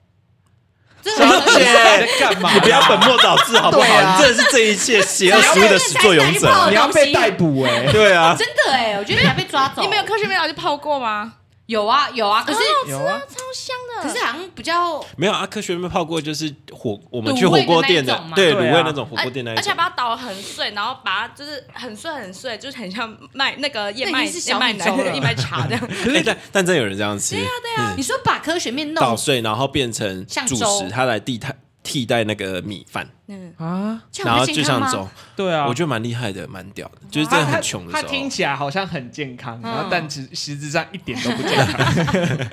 这很 你在干嘛？ 你不要本末倒置好不对啊好？你真的是这一切邪恶食物的始作俑者。你你要被逮捕哎、对啊，真的哎，我觉得你要被抓走。你们有科学面拿去泡过吗？有啊有啊，可是哦有啊，超香的，可是好像比较没有啊，科学面泡过就是火，我们卤去火味的锅那店的种吗，对卤对啊味那种火锅店那一哎而且种。把它捣得很碎，然后把它就是很碎很碎，就是很像麦那个燕那麦已经是燕麦小米粥奶、了燕麦茶这样。可是但但真有人这样啊吃，你说把科学面捣弄碎然后变成像主粥食，它来替代替代那个米饭，嗯，啊，这然样后不就健像康吗？粥，对啊，我觉得蛮厉害的，蛮屌的，就是真的很穷的他时他听候。起来好像很健康，嗯然后但实实质上一点都不健康。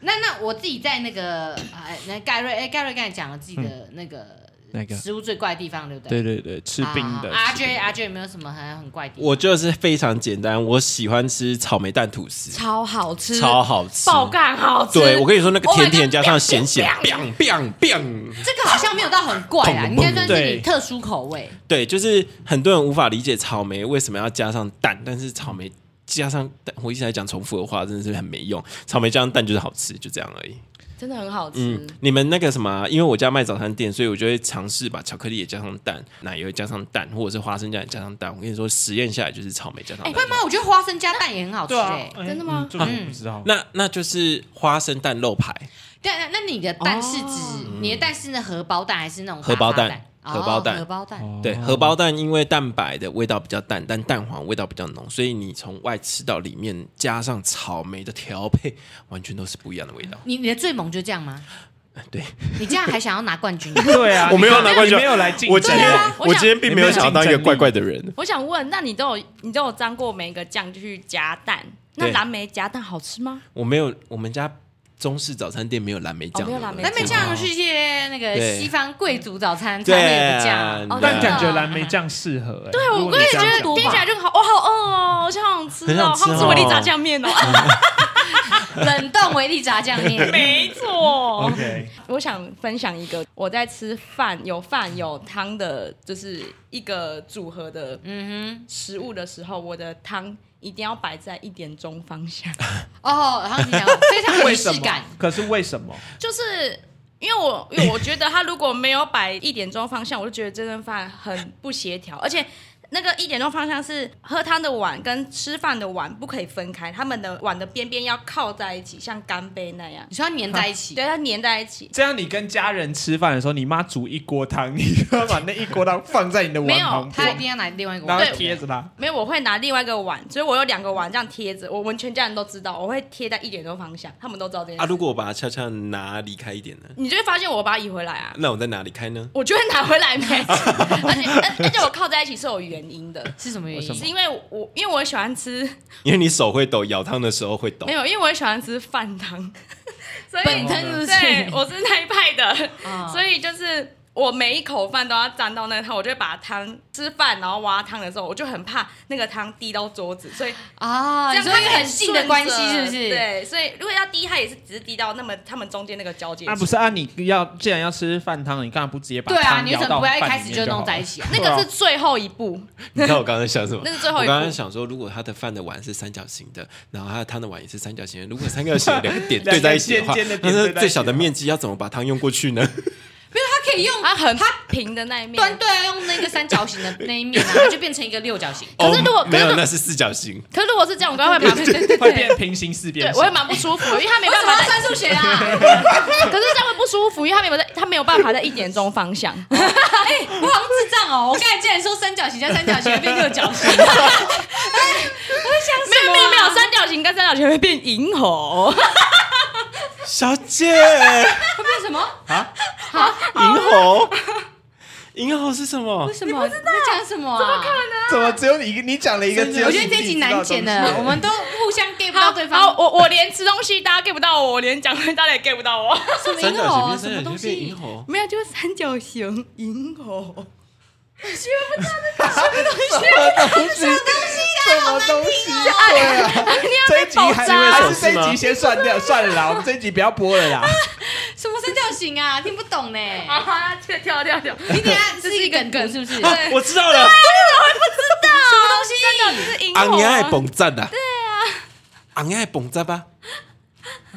那那我自己在那个呃，那盖瑞哎，盖瑞刚才讲了自己的那 个嗯那个食物最怪的地方，对不对？啊对对对，吃冰的。啊阿吃冰 J 阿 J 有没有什么很很怪的地方？我就是非常简单，我喜欢吃草莓蛋吐司， 超好吃，超好吃。爆干好吃。对，我跟你说，那个 Oh my 甜甜 God，加上咸咸砰，biang biang biang，这个好像没有到很怪啦，砰砰应该算是对你特殊口味。对，就是很多人无法理解草莓为什么要加上蛋，但是草莓加上蛋，我一直在讲重复的话，真的是很没用。草莓加上蛋就是好吃，就这样而已。真的很好吃。嗯，你们那个什么啊、因为我家卖早餐店，所以我就会尝试把巧克力也加上蛋，奶油也加上蛋，或者是花生酱也加上蛋。我跟你说，实验下来就是草莓加上哎，蛋。会吗？我觉得花生加蛋也很好吃对啊哎，。哎真的吗嗯这个我不知道。那那就是花生蛋肉排，但啊那那你的蛋是指你的蛋是那荷包蛋还是那种荷包打发蛋蛋？荷包蛋哦荷包蛋。对，荷包蛋因为蛋白的味道比较淡，但蛋黄味道比较浓，所以你从外吃到里面，加上草莓的调配，完全都是不一样的味道。你你的最萌就这样吗？ 对，你这样还想要拿冠军？对啊，我 没有你看拿冠军你没有来进，今天对啊我想并你没有竞争力的人，我想问，那你都有你都有沾过每一个酱就去夹蛋？那对蓝莓夹蛋好吃吗？我没有，我们家中式早餐店没有蓝莓酱哦的没有文化，蓝莓那边酱是一些那个对西方贵族早餐对啊上面的酱，哦但真的感觉蓝莓酱适合哎。对我也觉得多吧听起来就好，我好饿哦，我想吃很哦，想吃好哦吃维力炸酱 面哦。冷冻维力炸酱 面。没错， OK，我想分享一个我在吃饭有饭有汤的，就是一个组合的嗯食物的时候，我的汤一定要摆在一点钟方向，哼，哦，然后你讲非常有为仪什式么感，？ 可是为什么？就是。因为我因为我觉得他如果没有摆一点钟方向，我就觉得这顿饭很不协调，而且那个一点钟方向是喝汤的碗跟吃饭的碗不可以分开，他们的碗的边边要靠在一起，像干杯那样，你说它粘在一 起，对，它粘在一起。这样你跟家人吃饭的时候，你妈煮一锅汤，你就要把那一锅汤放在你的碗没有旁他一边，定要拿另外一个然碗后对贴着它。没有，我会拿另外一个碗，所以我有两个碗这样贴着。我们全家人都知道，我会贴在一点钟方向，他们都知道这件事。啊，如果我把它悄悄拿离开一点呢？你就会发现我把它移回来啊，那我在哪里开呢？我就会拿回来没。 而且而而且我靠在一起是有原因的，是什么原是因？因为我因为我喜欢吃，因为你手会抖，舀汤的时候会抖没。有，因为我喜欢吃 饭汤，所以本身就是对我是那一派的，啊所以就是我每一口饭都要沾到那个汤，我就会把汤吃饭，然后挖汤的时候，我就很怕那个汤滴到桌子，所以啊，这样你说他因们为很近的关系是不是？顺着，对，所以如果要滴，它也是只是滴到那么他们中间那个交界处。啊，不是啊，你要既然要吃饭汤，你干嘛不直接把对啊，汤你为舀什到么不要一饭开里始面就就弄好在了 一起啊？那个是最后一步，你知道我刚刚想什么？那是最后一我步刚刚想说，如果他的饭的碗是三角形的，然后他的汤的碗也是三角形的，如果三角形的两个点对在一起的话，两个尖尖的点那是对在一起的话最小的面积要怎么把汤用过去呢？它可以用它很平的那一面。端对啊，用那个三角形的那一 面啊，它就变成一个六角形。可是如果哦没可有，是那是四角形。可是如果是这样，我刚刚会蛮对对会变平行四边 对，形我会蛮不舒服，因为它没为办什么法在。要算数 学啊？ 可是这样会不舒服，因为它没有在，它没有办法在一点钟方 向。我好像智障哦！我刚才竟然说三角形加三角形会变六角形，我在想什没么啊有没有没有，三角形跟三角形会变银猴。小姐，会变什么？银猴， 银猴是什么为？什么？你在讲什么啊？怎么只有你你讲了一个？我觉得这一集难剪了，我们都互相 get 不到对好，方。我我连吃东西大家 get 不到我，我连讲话大家也 get 不到我。什么三银角猴形啊？变什三么角东形变西银？猴， 没有，就是三角形银猴。什么东西？对啊，这一集还还是这一集先算掉，算了啦，我们这一集不要播了啦。什么三角形啊？听不懂呢。啊，跳跳跳跳，你等一下啊这是一个梗是不是？什啊么我知道了，东西？是银昂猴牙爱啊。蹦赞的。对啊，昂牙爱蹦赞吧？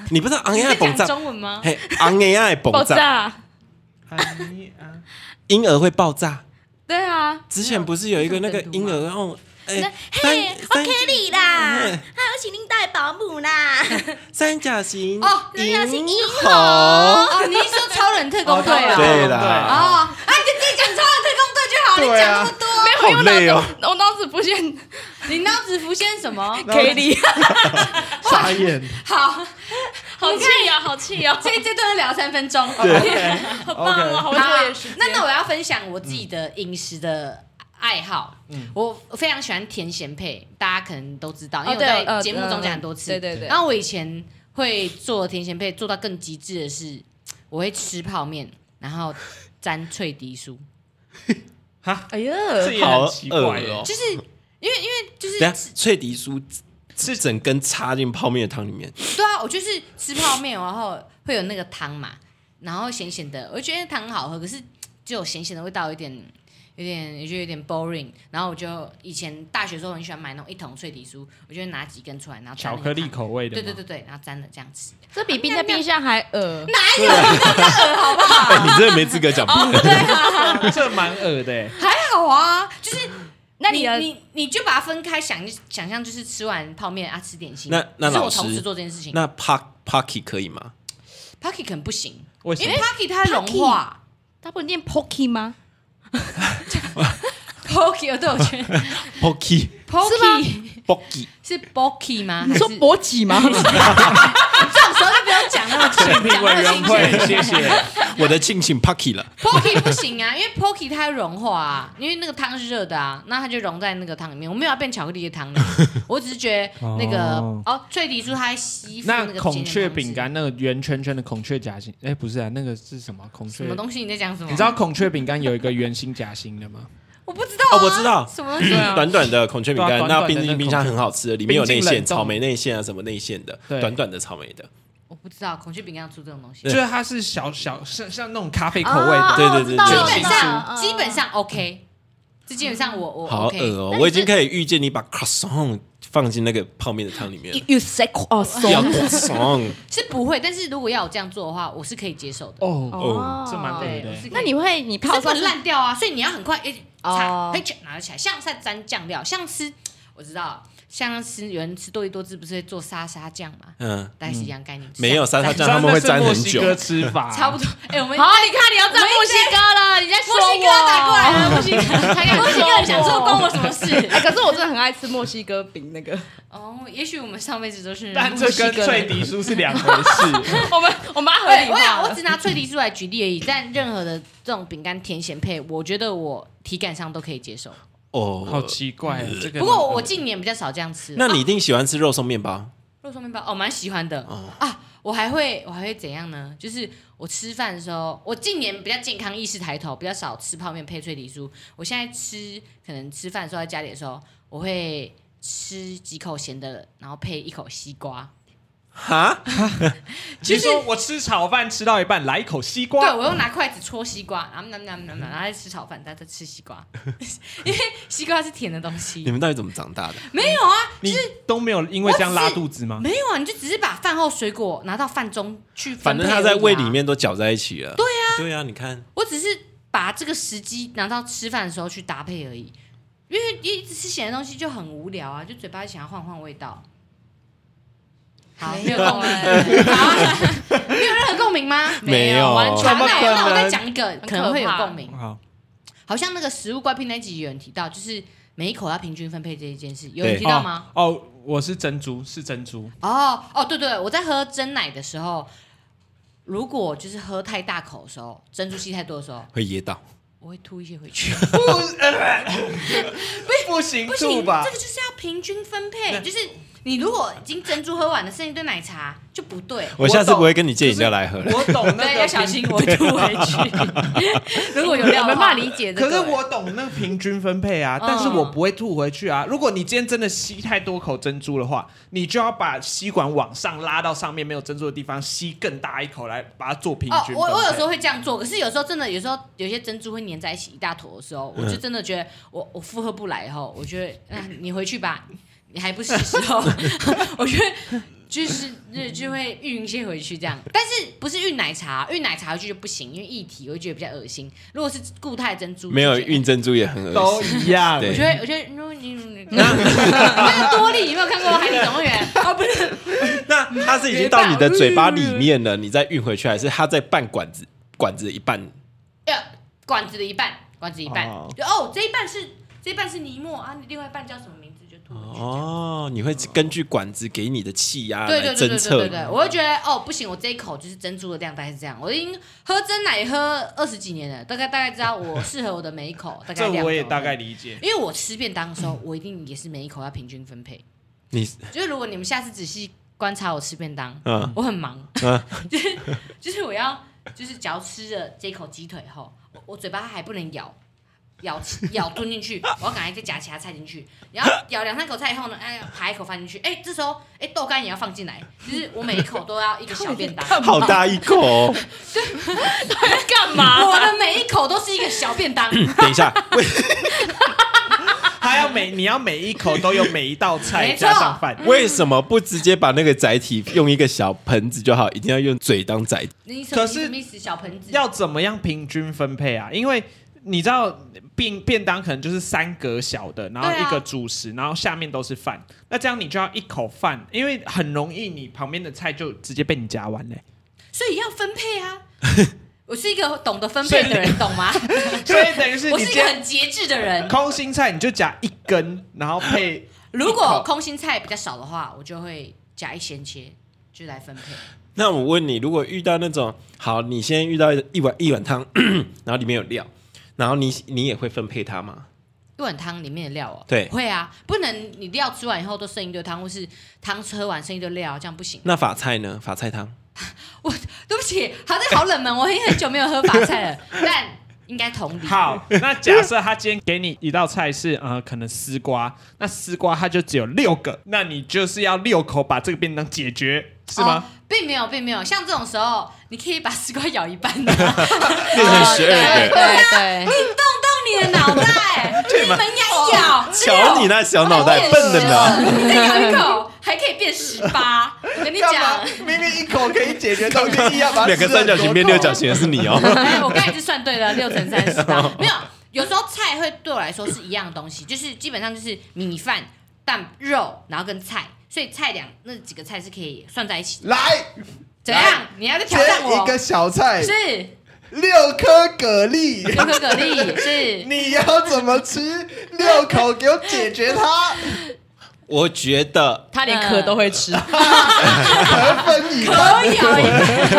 你不知道昂牙爱在蹦讲赞？中文吗？嘿，昂牙爱 蹦爆赞，炸。婴儿会爆炸。对啊，之前不是有一个那个婴儿，然后哎，嘿三，OK 你啦，还嗯有请您带保姆啦。三角形哦银三角形银猴，哦，你是说超人特工队哦啊？对啦哦，啊，你就自己讲超人特工队就好，你对啊讲那么多，没有，因好为累我哦脑子我脑子不见你脑子浮现什么？给力，傻眼。好，好气啊，好气啊，这这段要聊三分钟。好棒啊，好多也是。那那我要分享我自己的饮食的爱好。我非常喜欢甜咸配，大家可能都知道，因为我对在呃节目中讲很多次。对对对然后我以前会做甜咸配，做到更极致的是，我会吃泡面，然后沾脆迪酥，哎呀，哦这也很奇怪好耶恶哦就是因为因为就是等一下脆皮酥是整根插进泡面的汤里面，对啊，我就是吃泡面，然后会有那个汤嘛，然后咸咸的，我就觉得汤好喝，可是就有咸咸的味道有点。有点就有点 boring，然后我就以前大学的时候很喜欢买那种一桶脆皮酥，我就会拿几根出来，然后沾巧那个克力汤，口味的，对对，对对，然后沾了这样吃，这比冰在冰箱还恶。啊哎，你真的没 资格讲哦别人。啊这蛮恶的欸耶。还好啊，就是那你你的你你就把它分开想，想象就是吃完泡面啊吃点心，那那可是我老师同时做这件事情那 Pock Pocky 可以吗？ ，Pocky 可能不行，为什因么为 Pocky 它融化他不是念 Pocky 吗？ ，Pocky 对我 觉得 Pocky Pocky Pocky 是 Pocky 吗？你说还是勃起 吗？这种时候就不用讲那么性清，品讲委那么员清会，楚。谢谢。我的庆幸 Pocky 了。 Pocky 不行啊，因为 Pocky 它融化啊，因为那个汤是热的啊，那它就融在那个汤里面。我没有要变巧克力的汤里，我只是觉得那个哦哦，脆皮酥它吸附那个孔雀煎的东西饼。干，那个圆圈圈的孔雀夹心，哎，不是啊，那个是什么？孔什雀么？东西？你在讲什么？你知道孔雀饼干有一个圆心夹心的吗？我不知道、啊哦我知道什么东西。啊短短的孔雀饼对啊干，短短那的冰那进个冰箱很好吃的，里面有内冰进馅，冷冻草莓内馅啊，什么内馅的，对短短的草莓的。我不知道孔雀饼干要出这种东西就。是它是小小像像那种咖啡口味啊的，对对对基对本上嗯基本上 OK，这基本上我我好 OK。呃恶哦！我已经可以预见你把 croissant 放进那个泡面的汤里面了， You say 哦要 croissant 是不会，但是如果要我这样做的话，我是可以接受的。哦，哦这蛮恶对，的我是可以那你会你它泡不上能烂掉啊，所以你要很快一擦，哦嘿、拿得起来，像在沾酱料，像吃我知道，像吃有人吃多利多汁不是会做沙沙酱嘛，嗯，大概是一样概念。没有沙沙哎沙酱他们会沾沾墨很西久。哥吃法，差不多。哎、我们好，你看你要站墨西哥了，你在说墨西哥打过来 了，墨西哥，他敢墨西哥人想说关我什么哎，事？可是我真的很爱吃墨西哥饼那个。 哦，也许我们上辈子都是但这 跟脆迪酥是两回事。我们哎我们要合对，理我想化我了。只拿脆皮酥来举例而已，但任何的这种饼干甜咸配，我觉得我体感上都可以接受。哦， 好奇怪，啊这个。不过我我近年比较少这样吃了。那你一定喜欢吃肉松面包肉松面包哦，蛮喜欢的、啊。我还会我还会怎样呢？就是我吃饭的时候，我近年比较健康意识抬头，比较少吃泡面配脆梨酥。我现在吃可能吃饭的时候在家里的时候，我会吃几口咸的，然后配一口西瓜。哈，其实说我吃炒饭吃到一半，来一口西瓜对，，我用拿筷子戳西瓜，然后然后然后然后然后再吃炒饭，然后再吃西瓜，因为西瓜是甜的东你西。们到底怎么长大的？没有啊，你都没有因为这样拉肚子吗？没有啊，你就只是把饭后水果拿到饭中去分反配而已啊、正它在胃里面都搅在一起了。对呀，对呀，啊你看，我只是把这个时机拿到吃饭的时候去搭配而已，因为一直吃咸的东西就很无聊啊，就嘴巴想要换换味道。好，没有共鸣，好啊没有任何共鸣吗？没有完全哦怎好，么那可能那我再讲一个，可能会有很可怕共鸣。好，好像那个食物怪癖那一集有人提到，就是每一口要平均分配这一件事，有人对提到吗？哦？哦，我是珍珠，是珍珠。哦哦，对对，我在喝真奶的时候，如果就是喝太大口的时候，珍珠吸太多的时候，会噎到。我会吐一些回去。不行不行，这个就是要平均分配，就是你如果已经珍珠喝完了，剩一堆奶茶就不对。我下次不会跟你借饮料来喝了。我懂那对，个要小心，我会吐回去。如果有料我的没话办法，理解这可个。是哦我懂那平均分配啊，嗯但是我不会吐回去啊。如果你今天真的吸太多口珍珠的话，你就要把吸管往上拉到上面没有珍珠的地方，吸更大一口来把它做平哦，均分配。我我有时候会这样做，可是有时候真的，有时候有些珍珠会粘在一起一大坨的时候，嗯我就真的觉得我我负荷不来以后，我觉得那、你回去 吧，你还不是时候， 我觉得。就是就就会运一些回去这样，但是不是运奶茶，运奶茶回去就不行，因为液体我会觉得比较恶心。如果是固态珍珠，没有就觉得哎运珍珠也很恶都心。一样。对我觉得，我觉得，如你，你那多利，你有没有看过《海底总动员》？哦，不是，那它是已经到你的嘴巴里面了，你再运回去，还是它在半管子管子一半？呃，管子的一半，管子一半，哦就哦，这一半是这一半是尼莫啊，你另外一半叫什么名字就吐了。哦，你会根据管子给你的气压嗯对来对对侦对对对测。对，我会觉得哦，不行，我这一口就是珍珠的量大概是这样。我已经喝真奶喝二十几年了，大概大概知道我适合我的每一口，大概这量我也怎么大样概，理解。因为我吃便当的时候，我一定也是每一口要平均分配。你就是如果你们下次仔细观察我吃便当，嗯 我很忙，啊嗯就是就是我要就是嚼吃了这口鸡腿后，我我嘴巴还不能咬。咬吃咬吞进去，我要赶快再夹其他菜进去，然后咬两三口菜以后呢，哎，扒一口放进去，哎，这时候哎豆干也要放进来，就是我每一口都要一个小便当， 好大一口、 哦！ 干嘛？我的每一口都是一个小便当，嗯等一下，为还要每你要每一口都有每一道菜没错加上饭。为什么不直接把那个载体用一个小盆子就好？一定要用嘴当载体？你什可么你是什么意思？小盆子要怎么样平均分配啊？因为你知道便便当可能就是三格小的，然后对啊一个主食，然后下面都是饭。那这样你就要一口饭，因为很容易你旁边的菜就直接被你夹完嘞、所以要分配啊！我是一个懂得分配的人，懂 吗？所以等于是我你是一今个天很节制的人。空心菜你就夹一根，然后配如果一口空心菜比较少的话，我就会加一鲜切，就来分配。那我问你，如果遇到那种好，你先遇到一碗一碗汤， 然后里面有料，然后你你也会分配它吗？一碗汤里面的料哦，对会啊，不能你料吃完以后都剩一堆汤，或是汤吃完剩一堆料，这样不行。那法菜呢？法菜汤对不起，好，这好冷门，我已经很久没有喝法 菜了，但应该同理。 好。那假设他今天给你一道菜是呃可能丝瓜，那丝瓜它就只有六个，那你就是要六口把这个便当解决，是吗？哦并没有，并没有。像这种时候，你可以把 丝瓜咬一半啊的，变成十二对个，对对，动你的脑 袋，你门牙一咬，只有哦瞧你那小脑袋，笨的呢。你再咬一口，还可以变十八。我跟你讲，明明一口可以解决到，你硬要把它两个吃很三角多形变口六角形的是你 哦。哎，我刚才就算对了， 六乘三十八，没有。有时候菜会对我来说是一样的东西，就是基本上就是米饭、蛋、肉，然后跟菜，所以菜两那几个菜是可以算在一起的。来，怎样？你要再挑战煎一我？个小菜，是六颗蛤蜊，有可可粒，是你要怎么吃？六口给我解决它。我觉得，他连壳都会吃，嗯可以啊，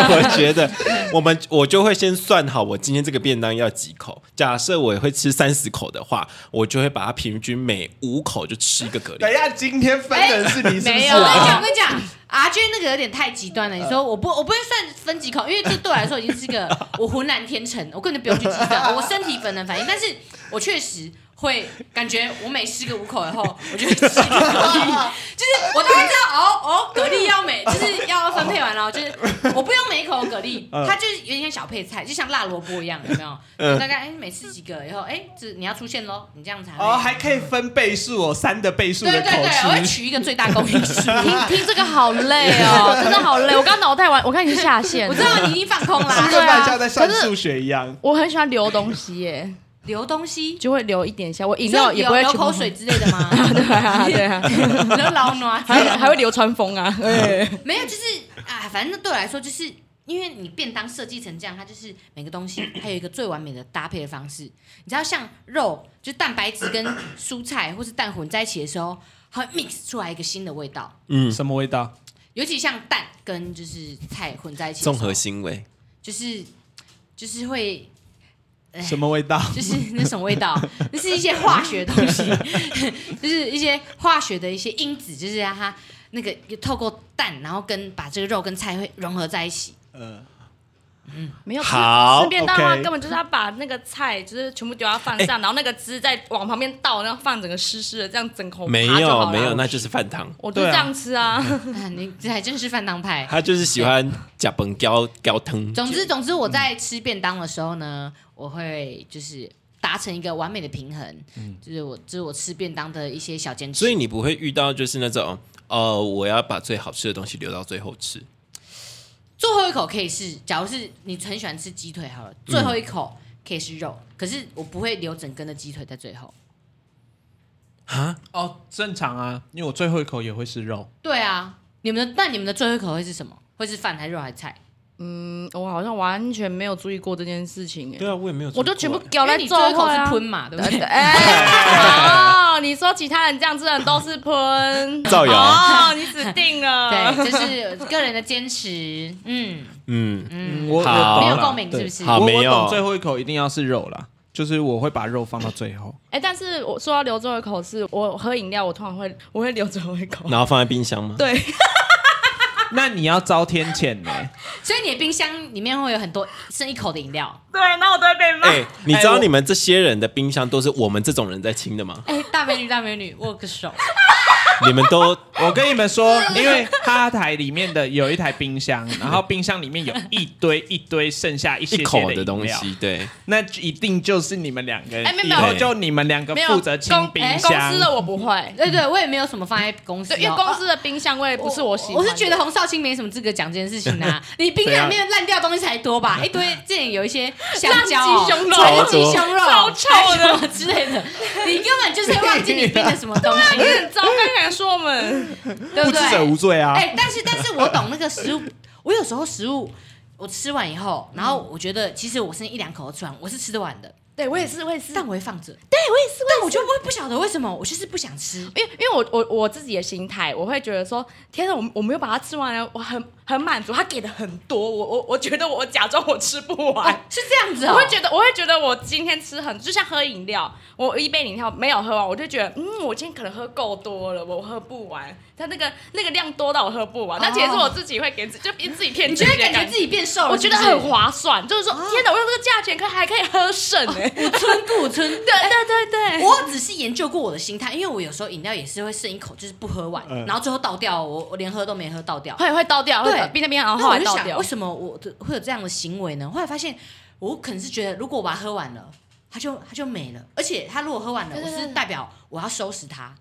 我觉得，我们我就会先算好我今天这个便当要几口。假设我会吃三十口的话，我就会把它平均每五口就吃一个蛤等蜊。一下，今天分的人是你是不没是有。我跟你讲，啊？呃我跟你讲。阿娟那个有点太极端了，你说我不我不会算分几口，因为这对我来说已经是个 我浑然天成，我根本就不用去计算，我身体本能反应。但是我确实会感觉我每吃个五口以后，我就会吃一个蛤蜊，就是我大概知道哦哦，蛤蜊要每就是要分配完了，就是我不用每一口蛤蜊，嗯它就是有点像小配菜，就像辣萝卜一样，有没有？我大概哎每吃几个以后，哎这你要出现喽，你这样才会哦，还可以分倍数哦，三的倍数对的对口对，我会吃。取一个最大公因数。听听这个好累 哦，真的好累。我刚脑袋完，我看已经下线了。我知 道你已经放空啦，吃个饭对像在啊算可是数学一样，我很喜欢留东西耶，流东西，就会留一点下。我饮料也不会流全部口水，之类的吗？ 对啊对啊， 流老暖，还会还会流川枫啊。没有，就是啊，反正对我来说，就是因为你便当设计成这样，它就是每个东西还有一个最完美的搭配的方式。你知道，像肉，就蛋白质跟蔬菜或是蛋混在一起的时候，它会 mix 出来一个新的味道。嗯，什么味 道？尤其像蛋跟就是菜混在一起，综合，行为，就是就是会什么味道？就是那什么味道？那是一些化学东西， 就是一些化学的一些因子，就是让它那个透过蛋，然后跟把这个肉跟菜会融合在一起。嗯，没有好吃吃便当的话 OK 根本就是要把那个菜就是全部丢到饭上，哎然后那个汁再往旁边倒，然后放整个湿湿的，这样整口没扒就好有了没有，那就是饭堂。我就是这样吃啊。啊，你这还真是饭堂派。他就是喜欢甲崩胶胶汤，总之，总之我在吃便当的时候呢，我会就是达成一个完美的平衡，就是我就是我吃便当的一些小坚嗯持。所以你不会遇到就是那种呃，我要把最好吃的东西留到最后吃。最后一口可以是，假如是你很喜欢吃鸡腿好了，最嗯后一口可以是肉，可是我不会留整根的鸡腿在最后。哦，正常啊，因为我最后一口也会是肉，对啊，你们的那你们的最后一口会是什么？会是饭还是肉还是菜？ 嗯，我好像完全没有注意过这件事情耶，啊，我也没有我就全部因搞为来你最做后一口会是啊喷。嘛，对不对？ 哎，哦，你说其他人这样吃的人都是喷造谣哦，你死定了。对，这是个人的坚持。嗯，嗯，嗯，我我懂啦好没有共鸣对是不是？好我没有我懂最后一口一定要是肉啦，就是我会把肉放到最后。哎，但是我说到留最后一口是，我喝饮料，我通常会我会留最后一口。然后放在冰箱吗？对，那你要遭天谴呢、所以你的冰箱里面会有很多剩一口的饮料。对，那我都会被骂。哎，你知哎道我你们这些人的冰箱都是我们这种人在清的吗？哎，大美女，大美女，握个手。你们都我跟你们 说，因为哈台里面的有一台冰箱，然后冰箱里面有一堆一堆剩下一些一些口的的东饮料，西，对，那一定就是你们两个人，哎没有以没有后就你们两个没有负责清公冰哎公箱司。的我不会，对对，我也没有什么放在公司哦，对，因为公司的冰箱味不是我喜欢的哦我是觉得洪少卿没什么资格讲这件事情 啊。你冰箱里面烂掉的东西才多吧？一堆之前有一些香蕉哦、烂鸡胸肉烂鸡胸肉、超臭的还有什么之类的，你根本就是忘记你冰的什么 东西，很糟糕，敢说我们对不不知者对无？罪啊！哎、但是但是我懂那个食物，我有时候食物我吃完以后，然后我觉得其实我剩一两口吃完，我是吃得完的，对我也是，我也是但我会放着。对我也是，但我就不会不晓得为什么，我就是不想吃。因为因为我我我自己的心态，我会觉得说，天哪，我我没有把它吃完啊，我很很满足，他给的很多，我我我觉得我假装我吃不哦完。是这样子我哦，会觉得，我会觉得我今天吃很，就像喝饮料，我一杯饮料没有喝完，我就觉得，嗯，我今天可能喝够多了，我喝不完。它那个那个量多到我喝不完，那其实是我自己会给自就自己骗哦你自觉己得的感感觉自己变瘦了，我觉得是不是哦很划算，就是说，天哪，我用这个价钱可以还可以喝剩哎、我吞不吞？对对对对，哦我只是研究过我的心态，因为我有时候饮料也是会剩一口，就是不喝完，嗯然后最后倒掉，我我连喝都没喝倒掉。会会倒掉，会对倒冰在冰箱，然后那后我来就倒想，掉为。什么我的会有这样的行为呢？后来发现，我可能是觉得，如果我把它喝完了，它就它就没了，而且它如果喝完了，对我对是对代表我要收拾它。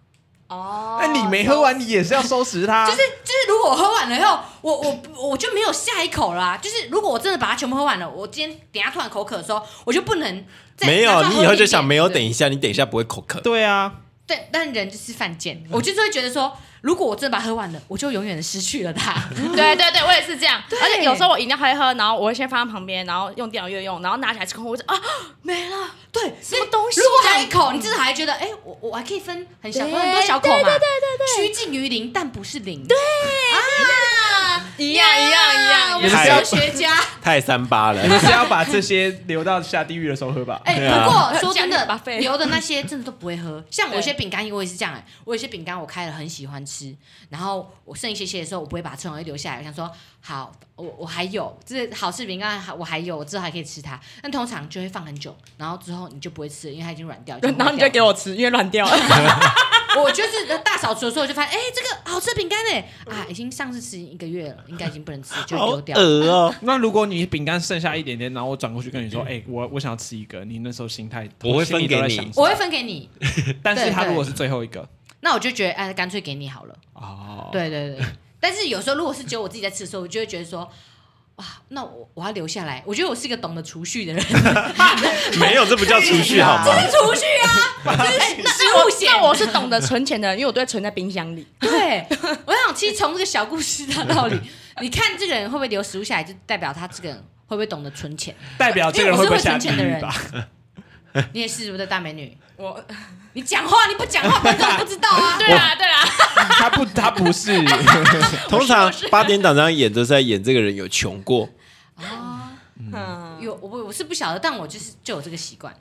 哦那你没喝完，你也是要收拾它。就是就是，如果我喝完了以后，我我我就没有下一口啦、就是如果我真的把它全部喝完了，我今天等一下突然口渴的时候，我就不能再没拿有，出来你喝以后一就点想没有对等一下，你等一下不会口渴。对 啊，对，但人就是犯贱，我就是会觉得说，如果我真的把它喝完了，我就永远失去了它。 对对对，我也是这样。对而且有时候我饮料还会喝，然后我会先放在旁边，然后用电脑越用，然后拿起来吃空，我就啊没了，对，什么东西如果还一口，你至少还觉得，哎，我我还可以分很嗯小，对分很多小口嘛，对对对对，趋近于零，但不是零，对啊，一样哎一样一样我们一样哲学家。太三八 了。是要把这些留到下地狱的时候喝吧。哎、对啊 不过说真这样的就把，废留的那些真的都不会喝。像我有些饼干，我也是这样、哎，我有些饼干我开了很喜欢吃，然后我剩一些些的时候，我不会把它吃完，我会留下来。我想说，好，我我还有，这好吃饼干还我还有，我之后还可以吃它。但通常就会放很久，然后之后你就不会吃了，因为它已经软掉。已经然后你就给坏我吃，因为乱 掉了。掉了 我就是大扫除的时候，我就发现，哎、这个好吃的饼干哎、啊，已经上次吃一个月了，应该已经不能吃，就好丢掉。恶哦！那如果你饼干剩下一点点，然后我转过去跟你说，哎、我我想要吃一个，你那时候心态，嗯我会心里分给都在你想我会分给你，但是对他对如果是最后一个，那我就觉得，哎，干脆给你好了。哦，对对对。但是有时候如果是只有我自己在吃的时候，我就会觉得说，哇，那我我要留下来。我觉得我是一个懂得储蓄的人， 没有，这不叫储蓄好吗？储蓄啊，就是食物险。哎那我是懂得存钱的人，因为我都会存在冰箱里。对，我想其实从这个小故事大道理，你看这个人会不会留食物下来，就代表他这个人会不会懂得存钱。代表这个人因为会我不会是会下地存钱的狱人吧？你也是对不对，大美女？我你讲话你不讲话，观众不知道啊。对啦对啦，他不，他不是，通常啊八点档这样演都是在演这个人有穷过，嗯，有我不我是不晓得，但我就是就有这个习惯。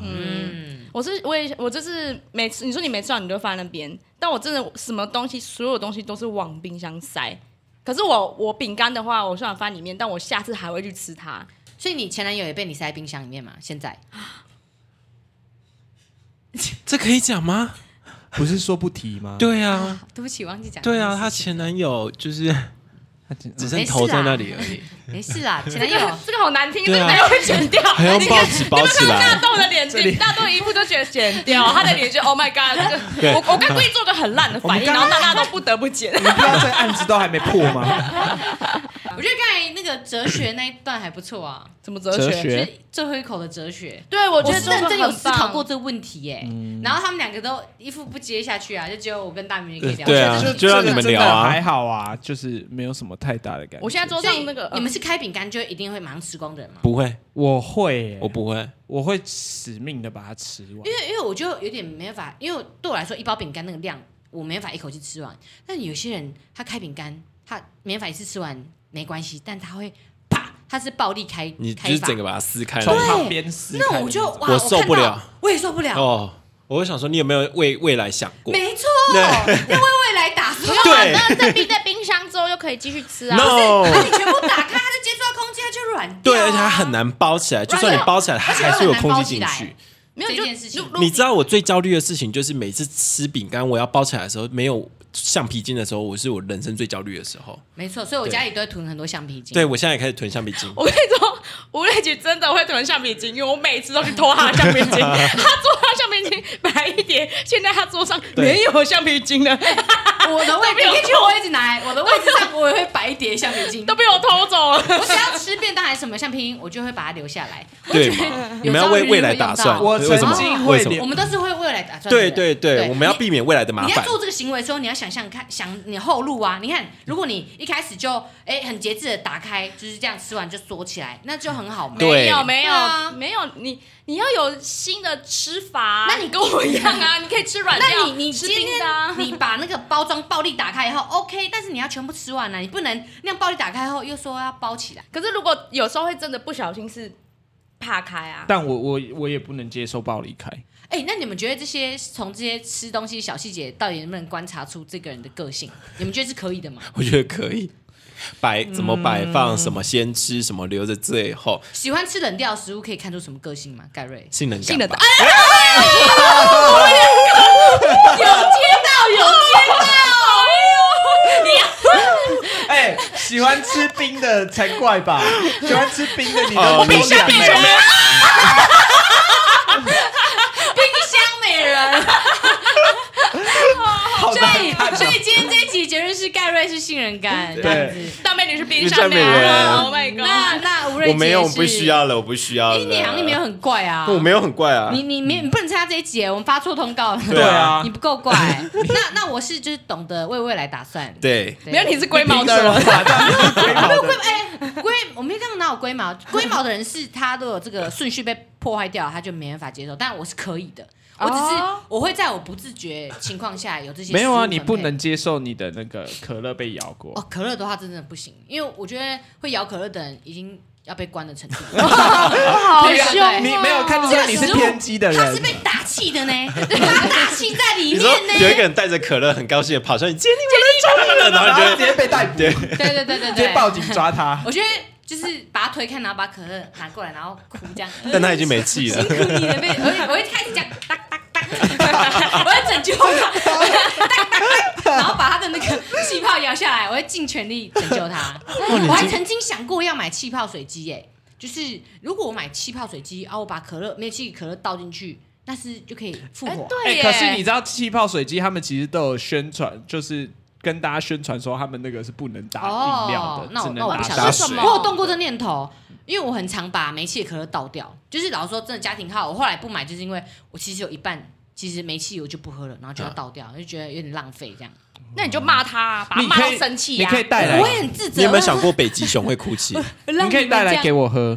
嗯，我是我也我就是每次你说你没吃完你就放在那边，但我真的什么东西所有东西都是往冰箱塞。可是我我饼干的话，我虽然放在里面，但我下次还会去吃它。所以你前男友也被你塞冰箱里面嘛？现在这可以讲吗？ 不是说不提吗？对啊， 对不起，忘记讲。对啊，她前男友哦就是他只，只啊剩头在那里而已，没事啦，前男这个 友。哦这个好难听，这对个啊等下会剪掉。 还用你报看纸包起大来。豆的脸，里你大豆一副就觉得剪掉，他的脸就 Oh my God！就 对我我刚故意做个很烂的反应，我们刚然刚后大家都不得不 剪。你不知道这个案子都还没破吗？我觉得刚才那个哲学那一段还不错啊， 怎么哲哲学？学就是最后一口的哲学。对，我我觉得是这个认真有很思考棒过这个问题耶、嗯然后他们两个都一副不接下去啊，就只有我跟大明可以聊。对啊所以就让你们这聊啊个真的还好啊，就是没有什么太大的感觉。我现在桌所以上那个，你嗯们是开饼干就一定会马上吃光的人吗？不会，我会耶、我不哎会。我会死命的把它吃完因。为因为我就有点没办法，因为对我来说一包饼干那个量，我没办法一口气吃完。但有些人他开饼干，他没办法一次吃完没关系，但他会啪，他是暴力开，你就开是法整个把它撕开从对了。旁边撕开的那那种，我就哇，我我受看不到了，我也受不了。哦，我会想说，你有没有为未来想过？没啊错，要为未来打算。对那这冰在冰箱之后又可以继续吃啊。 ，no，那你全部打开，它就接触到空气，它就软掉对，啊。而且它很难包起来，就算你包起来，它而且又还是有很难空包气起进来去。没有这就件事情就你知道我最焦虑的事情就是每次吃饼干，我要包起来的时候，没有橡皮筋的时候，我是我人生最焦虑的时候。没错，所以我家里都会囤很多橡皮筋。对，我现在也开始囤橡皮筋，我跟你说，吴磊姐真的会囤橡皮筋，因为我每次都去偷她的橡皮 筋。她做她橡皮筋本来一叠，现在她桌上没有橡皮筋了，我的位 都置，没有你可以去我位置拿来，我的位置上 我也会摆一叠橡皮筋。都被我偷走了。我只要吃便当还是什么橡皮筋，我就会把它留下来。对嘛？你们要为未来打算，我为什曾么？经为会什么？我们都是会为未来打算的对人。对对，我们要避免未来的麻你在烦。做这个行为的时候，你要想想看，想你后路啊。你看，如果你一开始就哎很节制的打开，就是这样吃完就缩起来，那就很好嘛。对没有没有、对啊没有，你你要有新的吃法啊、那你跟我一样啊， 你可以吃嗯软料，那你你吃今冰的、啊天。你把那个包装暴力打开以后，OK，但是你要全部吃完啊了、你不能那样暴力打开后又说要包起来。可是如果有时候会真的不小心是怕开 啊，但我我我也不能接受暴力开。哎、那你们觉得这些从这些吃东西小细节，到底能不能观察出这个人的个性？你们觉得是可以的吗？我觉得可以摆怎么摆放，什么先吃，什么留着最后，喜欢吃冷掉食物可以看出什么个性吗？盖瑞，性能信感得吧到。哎，喜欢吃冰的才怪吧？喜欢吃冰的你哦，冰箱美人，冰箱美人。 所以，所以今天这一集结论是盖瑞是杏仁干，这样子。大妹你是冰你在上美面人啊，Oh my god！那那吴瑞，我没有，我不需。要了，我不需要哎、了。你好像没有，很怪啊。我没有很怪啊。你你没你不能参加这一集，我们发错通告了。对啊你不 够怪。那那我是就是懂得为未来打算。对，对，没有你是龟毛的人， 没有龟哎龟我没有看到哪有龟毛，龟毛的人是他都有这个顺序被破坏掉，他就没办法接受。但我是可以的，我只是哦我会在我不自觉情况下有这些。没有啊，你不能。接受你的那个可乐被摇过。哦，可乐的话真的不行，因为我觉得会摇可乐的人已经要被关的程度了。 好对凶、哦！对你没有看出这来个你是食物偏激的他人是，被打气 的呢，他打气在里你面说有一个呢。人带着可乐，很高兴的跑上去接你们了， 然后然后你就直会接被逮捕，直对对对对接对，报警抓他。 我觉得就是把他推开，然后把可乐拿过来，然后哭这样。但他已经没气了 辛。苦你了，被我会我会开始讲哒哒哒，我会拯救他，哒哒哒，然后把他的那个气泡摇下来，我会尽全力拯救他。哦我还曾经想过要买气泡水机，耶，就是如果我买气泡水机啊，我把可乐没有气可乐倒进去，那是就可以复活。啊对哎、耶，可是你知道气泡水机他们其实都有宣传，就是跟大家宣传说他们那个是不能打饮料的，哦那只我那能我打不晓沙得为什水么。我有动过这念头，因为我很常把煤气的可乐倒掉。就是老实说，真的家庭号，我后来不买，就是因为我其实有一半其实煤气我就不喝了，然后就要倒掉，就觉得有点浪费这样。那你就骂他、啊，把他你骂可到以生气你呀、可以带我来，也很自责。你有没有想过北极熊会哭泣？让们可以带来这给样？我喝。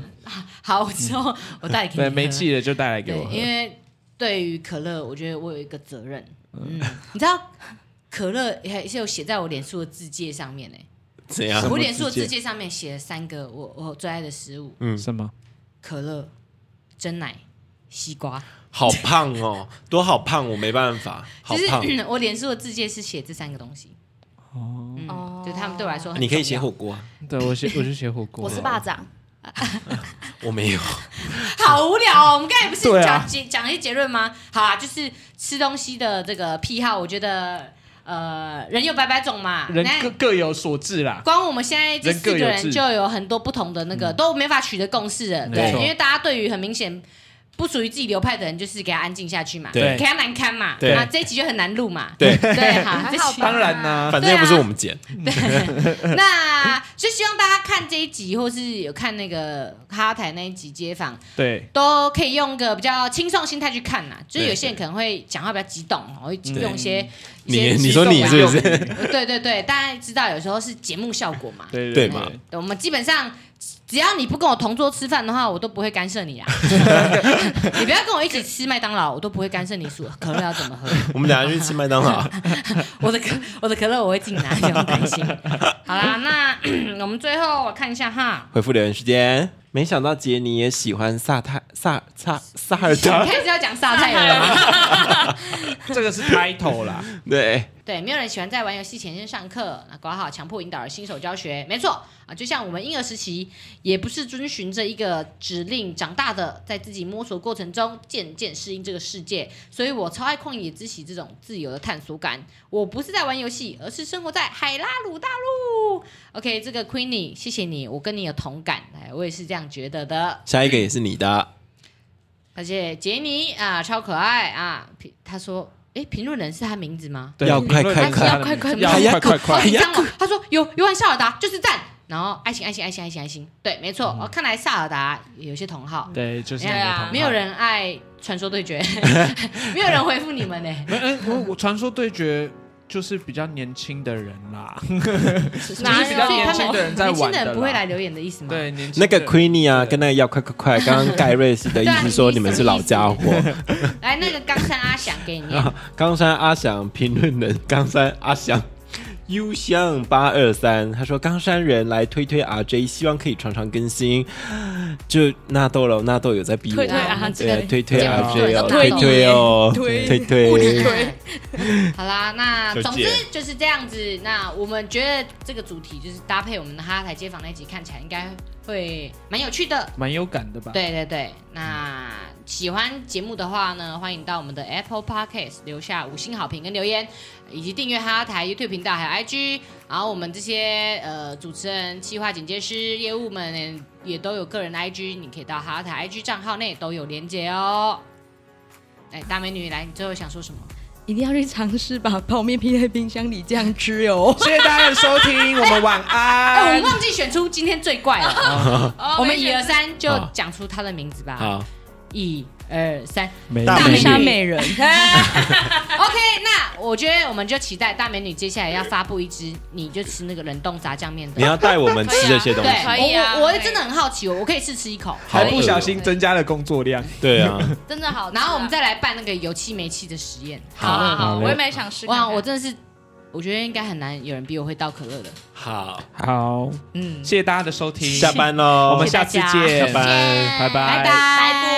好，我之后我带给你对，喝没气的就带来给对我，喝。因为对于可乐，我觉得我有一个责任。嗯，你知道可乐还是有写在我脸书的字界上面呢。怎 样？我脸书的世字界界上面写了三个我我最爱的食物：什么？可乐、真奶、西瓜。好胖哦，多好胖，我没办法，好就是胖。嗯 我脸书的字界是写这三个东西。哦，嗯，就他们对我来说很重要，你可以写火锅啊，对我写，我就写火锅。我是霸掌，我没有。啊好无聊哦。我们刚才不是对啊讲结讲一些结论吗？好啊，就是吃东西的这个癖好，我觉得呃，人有百百种嘛，人那各各有所志 啦。光我们现在这人四各个有人志就有很多不同的那个，都没法取得共识的，没对，错因为大家对于很明显不属于自己流派的人，就是给他安静下去嘛，对给他难堪嘛，对啊，这一集就很难录嘛，对对，好，还这好集吧当然啦、反正又不是我们剪， 那就希望大家看这一集，或是有看那个哈台那一集街访，对，都可以用个比较轻松心态去看啦。就是对有些人可能会讲话比较激动，会对用一些一你些你说你是不是？ 对对对，大家知道有时候是节目效果嘛。对对嘛我们基本上只要你不跟我同桌吃饭的话，我都不会干涉 你啊。你不要跟我一起吃麦当劳，我都不会干涉你说可乐要怎么 喝。我们等下去吃麦当劳。我的可我的可乐我会自己拿，不用担心。好啦，那 我们最后我看一下哈，回复留言时间。没想到杰尼也喜欢萨泰萨萨萨尔达， 开始要讲撒菜了吗？这个是 title 啦。对，对，没有人喜欢在玩游戏前先上课，那搞好强迫引导的新手教学，没错啊，就像我们婴儿时期，也不是遵循着一个指令长大的，在自己摸索过程中渐渐适应这个世界，所以我超爱旷野之息这种自由的探索感。我不是在玩游戏，而是生活在海拉鲁大陆。OK，这个 Queenie，谢谢你，我跟你有同感，哎，我也是这样觉得的。下一个也是你的，啊而且杰尼啊，超可爱啊，评他说，哎，评论人是他名字吗？对要快快快要快快要快要快快好快！紧张哦！他说有有玩塞尔达就是赞，然后爱心爱心爱心爱心爱心，对，没嗯错。哦，看来塞尔达有些同好，对，就是对啊没有人爱传说对 决，没有人回复你们呢。没哎，我我传说对决就是比较年轻的人 啦，哪所以有他们年轻的人在年轻玩的的啦人不会来留言的意思吗？，对，年轻那的个 Queenie 啊，跟那个要快快快，刚刚盖瑞斯的意思啊说你们是老家伙。来那个冈山阿翔给 你念，嗯啊，冈山阿翔评论人，冈山阿翔。 幽香八二三，他说冈山人来推推 RJ，希望可以常常更新。就纳豆了，纳豆有在逼我，推推啊这对个推推这个 RJ 哦，推推推推哦，推推推，对，好啦，那小总之姐就是这样子。那我们觉得这个主题就是搭配我们的哈台街坊那一集，看起来应该会蛮有趣的。蛮有感的吧？对对对，那喜欢节目的话呢，欢迎到我们的 Apple Podcast 留下五星好评跟留言，以及订阅哈哈台 YouTube 频道还有 IG。然后我们这些呃主持人、企划、剪接师、业务们也都有个人的 IG，你可以到哈哈台 IG 账号内都有连接哦。哎，大美女，来，你最后想说什么？一定要去尝试把泡面冰在冰箱里这样吃哦。谢谢大家的收听，我们晚 哎，我安们。忘记选 哦出今天最怪了，我们一二三就好讲出他的名字吧。好，一二三，没大美山 女美人， OK，那我觉得我们就期待大美女接下来要发布一支，你就吃那个冷冻炸酱面你的。要带我们吃这些东对，西，可以啊我我可我以真的很好奇，我我可以试吃一口，好还不小心增加了工作量。对啊，真的好吃啊。然后我们再来办那个有气没气的实验。好好好，好嘞我也蛮想试看哇，看。我真的是，我觉得应该很难有人比我会倒可乐的。好，好，嗯，谢谢大家的收听，啊下班喽，我们下次谢谢大家见，下班拜拜拜拜拜拜。